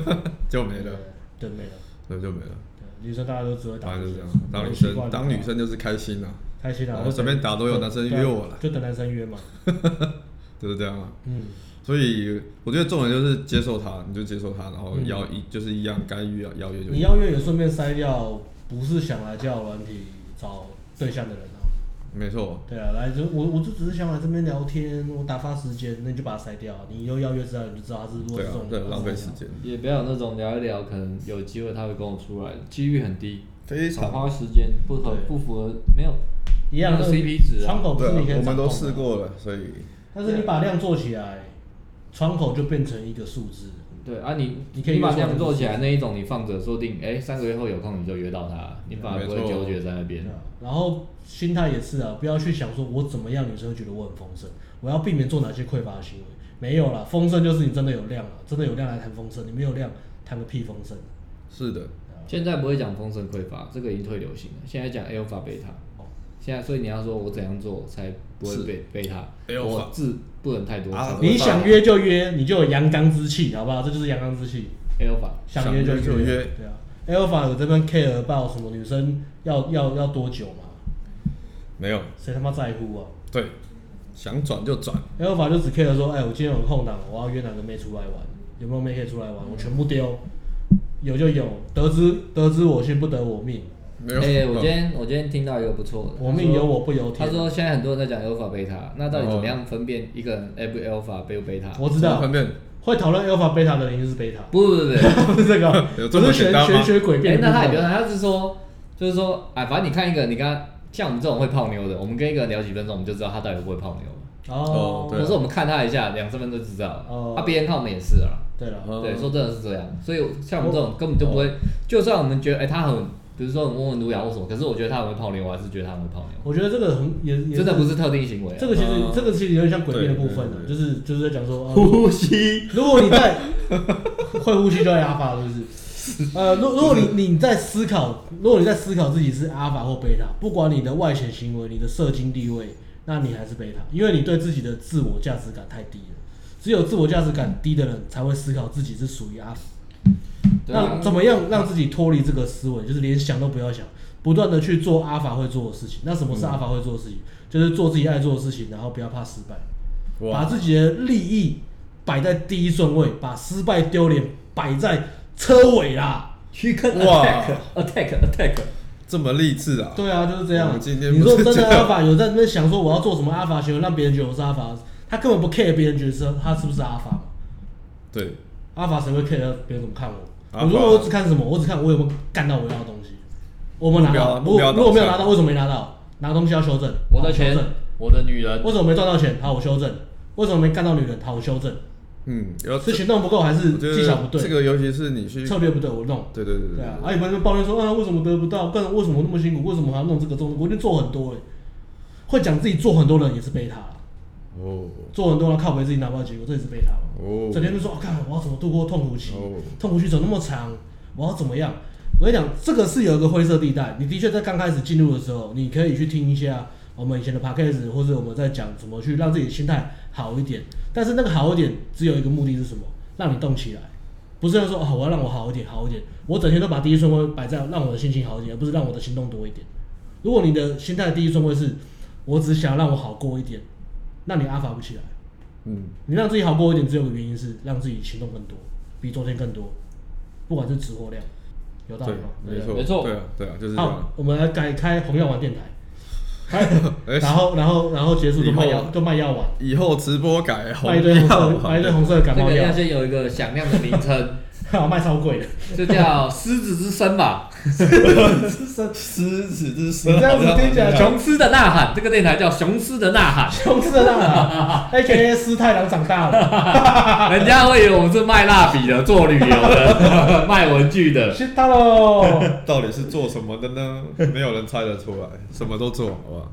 Speaker 1: 就就 没了，
Speaker 3: 对，没了。
Speaker 1: 对，就没了。
Speaker 3: 对女生大家都只会打
Speaker 1: 反
Speaker 3: 字，
Speaker 1: 正就这样，当女
Speaker 3: 习惯
Speaker 1: 生
Speaker 3: 了
Speaker 1: 当女生就是开心啊，
Speaker 3: 开心啊，
Speaker 1: 我随便打都有男生约我了
Speaker 3: 就等男生约嘛。
Speaker 1: 就是这样啊。
Speaker 3: 嗯，
Speaker 1: 所以我觉得重点就是接受他，你就接受他，然后邀
Speaker 3: 嗯
Speaker 1: 一、就是一样该约啊邀约就
Speaker 3: 你
Speaker 1: 约。
Speaker 3: 邀约也顺便筛掉不是想来交友软体找对象的人啊。
Speaker 1: 没错，
Speaker 3: 对啊，来就我我就只是想来这边聊天，我打发时间，那你就把它筛掉。啊你以后邀约之后你就知道他是如果
Speaker 1: 对
Speaker 3: 是
Speaker 1: 啊
Speaker 3: 这种，
Speaker 1: 对啊，
Speaker 3: 人
Speaker 1: 浪费时，间，
Speaker 3: 嗯
Speaker 2: 也不要有那种聊一聊，可能有机会他会跟我出来，几率很低，
Speaker 1: 非
Speaker 2: 少
Speaker 1: 常
Speaker 2: 花时间，不合
Speaker 3: 对
Speaker 2: 不符合没有
Speaker 3: 一样
Speaker 2: 没
Speaker 3: 的
Speaker 2: 有 CP 值
Speaker 3: 窗
Speaker 2: 啊。
Speaker 3: 哦口不
Speaker 1: 对
Speaker 3: 是
Speaker 1: 啊
Speaker 3: 你可以，
Speaker 1: 我们
Speaker 3: 掌控
Speaker 1: 都
Speaker 3: 的
Speaker 1: 试，过了，所以
Speaker 3: 但是你把量做起来，窗口就变成一个数字。
Speaker 2: 对啊你，你
Speaker 3: 你可以
Speaker 2: 把
Speaker 3: 约出
Speaker 2: 这
Speaker 3: 来
Speaker 2: 样
Speaker 3: 就是
Speaker 2: 做起来那一种，你放着，说不定哎、三个月后有空你就约到他，你反而不会
Speaker 1: 没错
Speaker 2: 纠结在那边
Speaker 3: 对。啊然后心态也是啊，不要去想说我怎么样，女生会觉得我很丰盛，我要避免做哪些匮乏的行为。没有啦，丰盛就是你真的有量了，啊真的有量来谈丰盛，你没有量谈个屁丰盛。
Speaker 1: 是的，
Speaker 2: 现在不会讲丰盛匮乏，这个已经退流行了，现在讲 alpha beta。现在，所以你要说我怎样做才不会
Speaker 1: 哦是
Speaker 2: 被被他，
Speaker 1: alpha
Speaker 2: 我字不能太多
Speaker 1: 啊
Speaker 2: 字
Speaker 3: 你想约就约，你就有阳刚之气，好不好？这就是阳刚之气，
Speaker 2: ，alpha
Speaker 3: 想约就
Speaker 1: 想约就约
Speaker 3: 对啊，Alpha 有这边 care 报什么女生要要要多久嘛？
Speaker 1: 没有
Speaker 3: 谁他妈在乎啊
Speaker 1: 对，想转就转，
Speaker 3: ？Alpha 就只 care 说，哎、我今天有空档，我要约哪个妹出来玩，有没有妹可以出来玩？我全部丢，有就有，得知得知我心不得我命。
Speaker 1: 没有。
Speaker 2: 哎、我今天我今天听到一个不错的，
Speaker 3: 我命由
Speaker 2: 有
Speaker 3: 我不由天。
Speaker 2: 他说现在很多人在讲 alpha beta，那到底怎么样分辨一个人 alpha alpha 不 beta？
Speaker 1: 嗯
Speaker 3: 我知道
Speaker 1: 分辨
Speaker 3: 会讨论 alpha beta 的人就是 beta，
Speaker 2: 不不不不，
Speaker 3: 不是这个，
Speaker 1: 有这
Speaker 3: 不
Speaker 1: 么
Speaker 3: 是
Speaker 1: 简
Speaker 3: 玄
Speaker 1: 单吗
Speaker 3: 玄 学诡
Speaker 2: 哎
Speaker 3: 辩、的
Speaker 2: 那他也
Speaker 3: 部
Speaker 2: 不用，
Speaker 3: 分。
Speaker 2: 他是说，就是说，哎，反正你看一个，你跟他像我们这种会泡妞的，我们跟一个人聊几分钟，我们就知道他到底会不会泡妞了。
Speaker 1: 哦对
Speaker 2: 可是我们看他一下，两三分钟就知道了。
Speaker 3: 啊哦
Speaker 2: 啊，别人看我们也是啊。
Speaker 3: 对了，
Speaker 1: 哦
Speaker 2: 对，说真的是这样。所以像我们这种根本就不
Speaker 3: 哦
Speaker 2: 会，就算我们觉得哎他很，比如说很温文儒雅或什么，可是我觉得他很会泡妞，我还是觉得他很会泡妞。
Speaker 3: 我觉得这个很也也
Speaker 2: 真的不是特定行为啊。
Speaker 3: 这个，其实、
Speaker 1: 嗯
Speaker 3: 这个其实有点像诡辩的部分呢、
Speaker 1: 对对对
Speaker 3: 啊就是就是在讲说，呃、
Speaker 2: 呼吸，
Speaker 3: 如果你在会呼吸就会阿法，是不 是？呃，如如果你你在思考，如果你在思考自己是阿法或贝塔，不管你的外显行为、你的社经地位，那你还是贝塔，因为你对自己的自我价值感太低了。只有自我价值感低的人才会思考自己是属于阿法。
Speaker 2: 对啊
Speaker 3: 让怎么样让自己脱离这个思维，就是连想都不要想，不断的去做阿法会做的事情。那什么是阿法会做的事情？就是做自己爱做的事情，然后不要怕失败，把
Speaker 1: 哇，
Speaker 3: 自己的利益摆在第一顺位，把失败丢脸摆在车尾啊啦。
Speaker 2: 去看
Speaker 1: 哇
Speaker 2: attack attack attack，
Speaker 1: 这么励志啊！
Speaker 3: 对啊，就是这
Speaker 1: 我
Speaker 3: 样。
Speaker 1: 今天
Speaker 3: 你
Speaker 1: 不
Speaker 3: 说
Speaker 1: 是
Speaker 3: 真的
Speaker 1: 这样
Speaker 3: 阿法有在那边想说我要做什么阿法行为，让别人觉得我是阿法，他根本不 care 别人觉得是他是不是阿法嘛？
Speaker 1: 对，
Speaker 3: 阿法谁会 care 别人怎么看我？
Speaker 1: 阿法啊
Speaker 3: 我如果我只看什么，我只看我有没有干到我要的东西，我有没有拿
Speaker 1: 目标啊
Speaker 3: 到？如果
Speaker 1: 目标导向
Speaker 3: 如果没有拿到，为什么没拿到？拿东西要修正，
Speaker 2: 我
Speaker 3: 好
Speaker 2: 的钱
Speaker 3: 修正，，
Speaker 2: 我的女人，
Speaker 3: 为什么没赚到钱？好，我修正。为什么没干到女人？好，我修正。
Speaker 1: 嗯，然后
Speaker 3: 是行动不够还是
Speaker 1: 我觉得
Speaker 3: 技巧不对？
Speaker 1: 这个尤其是你去，
Speaker 3: 策略不对，我弄。
Speaker 1: 对对对
Speaker 3: 对啊，啊，有朋友抱怨说啊，为什么得不到？干为什么那么辛苦？为什么还要弄这个东西？我已经做很多了。会讲自己做很多人也是贝塔啦，
Speaker 1: 哦
Speaker 3: 做很多人靠背自己拿不到结果，这也是贝塔嘛。
Speaker 1: 哦，
Speaker 3: 整天就说，啊，看我要怎么度过痛苦期，
Speaker 1: 哦
Speaker 3: 痛苦期怎么那么长？我要怎么样？我跟你讲，这个是有一个灰色地带。你的确在刚开始进入的时候，你可以去听一下我们以前的 p a c k a g e 或者我们在讲怎么去让自己的心态好一点。但是那个好一点，只有一个目的是什么？让你动起来，不是要说哦，我要让我好一点，好一点。我整天都把第一顺位摆在让我的心情好一点，而不是让我的行动多一点。如果你的心态第一顺位是我只想让我好过一点，那你阿法不起来。
Speaker 1: 嗯
Speaker 3: 你让自己好过一点，只有个原因是让自己行动更多，比昨天更多，不管是值或量，有道理
Speaker 1: 对
Speaker 3: 吗？，对
Speaker 1: 没错
Speaker 3: 不对
Speaker 2: 没错
Speaker 1: 对啊对啊，就是这样。
Speaker 3: 好，我们来改开红药 丸电台，
Speaker 1: 哎
Speaker 3: 然后然后然后结束就卖
Speaker 1: 以
Speaker 3: 药
Speaker 1: 后
Speaker 3: 就卖药丸，
Speaker 1: 以后直播改红
Speaker 3: 卖一堆
Speaker 1: 药
Speaker 3: 红色卖一堆
Speaker 1: 丸，
Speaker 3: 红色的
Speaker 2: 这
Speaker 3: 感冒
Speaker 2: 个要
Speaker 3: 药，
Speaker 2: 先有一个响亮的名 称，
Speaker 3: 好卖超贵的。
Speaker 2: 就叫狮子之声吧。
Speaker 1: 狮子之
Speaker 3: 你这样子听起来
Speaker 2: 雄狮的呐喊，这个电台叫雄狮的呐 喊。
Speaker 3: 雄狮的呐喊，H A 师太郎长 大了，
Speaker 2: 人家会以为我们是卖蜡笔的、做旅游 的、卖文具的。
Speaker 3: 知道喽。
Speaker 1: 到底是做什么的 呢？没有人猜得出来，什么都做，好不好？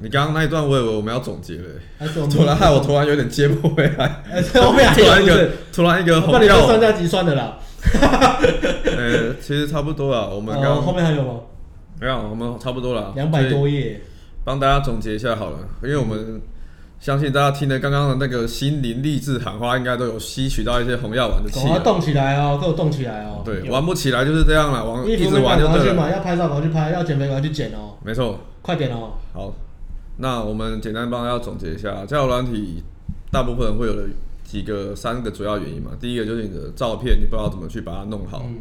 Speaker 1: 你刚刚那一段，我以为我们要总结了、
Speaker 3: 还是我
Speaker 1: 突然
Speaker 3: 们，
Speaker 1: 害我突然有点接不回 来，
Speaker 3: 还是我们俩
Speaker 1: 突然一
Speaker 3: 有
Speaker 1: 个突然一个
Speaker 3: 那
Speaker 1: 红
Speaker 3: 你这算
Speaker 1: 药，
Speaker 3: 下级算的啦。
Speaker 1: 呃，其实差不多了，我们
Speaker 3: 呃，
Speaker 1: 刚啊
Speaker 3: 后面还有吗？
Speaker 1: 没有，我们差不多了，
Speaker 3: 两百
Speaker 1: 所以
Speaker 3: 多页，
Speaker 1: 帮大家总结一下好了，因为我们相信大家听了刚刚的那个心灵励志喊话，应该都有吸取到一些红药丸的气
Speaker 3: 狗要
Speaker 1: 啊。
Speaker 3: 动起来哦，给我动起来哦。
Speaker 1: 对，玩不起来就是这样了，玩
Speaker 3: 衣
Speaker 1: 嗯一
Speaker 3: 服
Speaker 1: 直
Speaker 3: 没
Speaker 1: 玩
Speaker 3: 买，
Speaker 1: 就
Speaker 3: 赶快去
Speaker 1: 对
Speaker 3: 买；
Speaker 1: 了。
Speaker 3: 要拍照，赶快去拍；要减肥，赶快去减哦，
Speaker 1: 没错，
Speaker 3: 快点哦。
Speaker 1: 好，那我们简单帮大家总结一下，交友软体大部分人会有的几个三个主要原因嘛。第一个就是你的照片，你不知道怎么去把它弄好，
Speaker 3: 嗯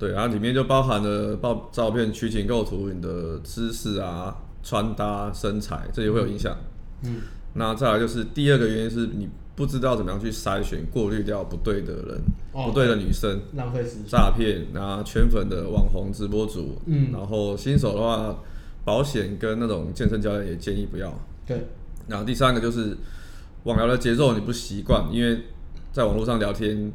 Speaker 1: 对，然后里面就包含了照照片、取景构图、你的姿势啊、穿搭、身材，这也会有影响。
Speaker 3: 嗯，
Speaker 1: 那再来就是第二个原因是你不知道怎么样去筛选、过滤掉不对的人、
Speaker 3: 哦
Speaker 1: 不对的女生、
Speaker 3: 浪费时间。
Speaker 1: 诈骗，那圈粉的网红直播主，
Speaker 3: 嗯
Speaker 1: 然后新手的话，保险跟那种健身教练也建议不要。
Speaker 3: 对，
Speaker 1: 然后第三个就是网聊的节奏你不习惯，因为在网络上聊天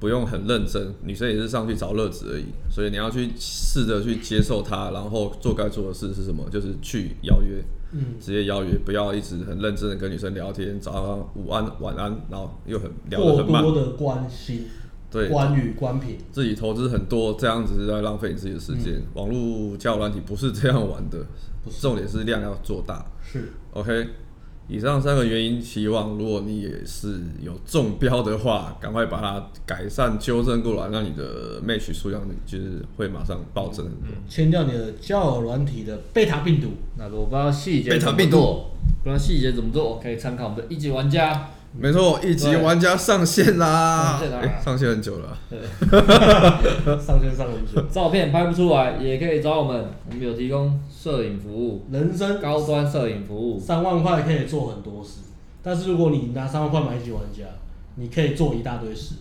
Speaker 1: 不用很认真，女生也是上去找乐子而已，所以你要去试着去接受它，然后做该做的事是什么，就是去邀约。
Speaker 3: 嗯，
Speaker 1: 直接邀约，不要一直很认真的跟女生聊天，早上午安、晚安，然后又很聊得
Speaker 3: 过
Speaker 1: 很慢，
Speaker 3: 哦多的关心、
Speaker 1: 对，
Speaker 3: 关于官品，
Speaker 1: 自己投资很多，这样子是在浪费你自己的时间。
Speaker 3: 嗯
Speaker 1: 网络交友软体不是这样玩的，重点是量要做大。
Speaker 3: 是
Speaker 1: OK，以上三个原因，希望如果你也是有中标的话，赶快把它改善、纠正过来，让你的 match 数量就是会马上暴增很多。
Speaker 3: 清掉你的交友软体的贝塔 病毒。
Speaker 2: 那如果不知道细节
Speaker 1: 被
Speaker 2: 怎
Speaker 1: 糖
Speaker 2: 么
Speaker 1: 病
Speaker 2: 做，不知道细节怎么做，可以参考我们的一级玩家。
Speaker 1: 没错，一级玩家上线啦！
Speaker 2: 上
Speaker 3: 啊
Speaker 2: 线啦
Speaker 1: 诶上线很久了，
Speaker 2: 对，
Speaker 3: 上线上很久，
Speaker 2: 照片拍不出来也可以找我们，我们有提供摄影服务，
Speaker 3: 人生
Speaker 2: 高端摄影服务。
Speaker 3: 三万块可以做很多事，但是如果你拿三万块买一级玩家，你可以做一大堆事，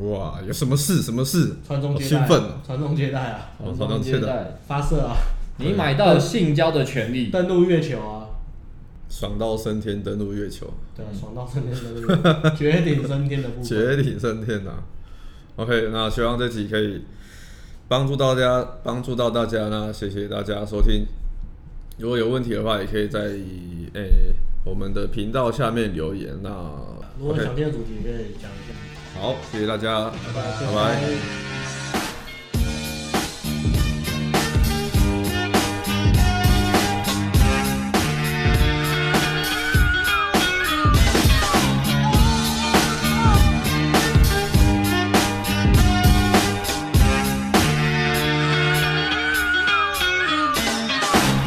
Speaker 1: 哇，有什么事？什么事？
Speaker 3: 传宗
Speaker 1: 好
Speaker 3: 接代、
Speaker 1: 兴奋哦
Speaker 3: 啊，传宗接代啊，
Speaker 1: 我好像
Speaker 2: 接
Speaker 1: 记得
Speaker 2: 待，
Speaker 3: 发射 啊，
Speaker 2: 你买到性交的权利。
Speaker 3: 登陆月球啊，
Speaker 1: 爽到升天，登陆月球，
Speaker 3: 对啊，爽到升天的那个绝顶升天的部分。
Speaker 1: 绝顶升天呐、OK，那希望这集可以帮助到大家，帮助到大家那谢谢大家收听。如果有问题的话，也可以在诶、我们的频道下面留言。那
Speaker 3: 如果
Speaker 1: OK，
Speaker 3: 想听的主题，可以讲一下。
Speaker 1: 好，谢谢大家，
Speaker 3: 拜拜
Speaker 1: 拜拜
Speaker 3: 拜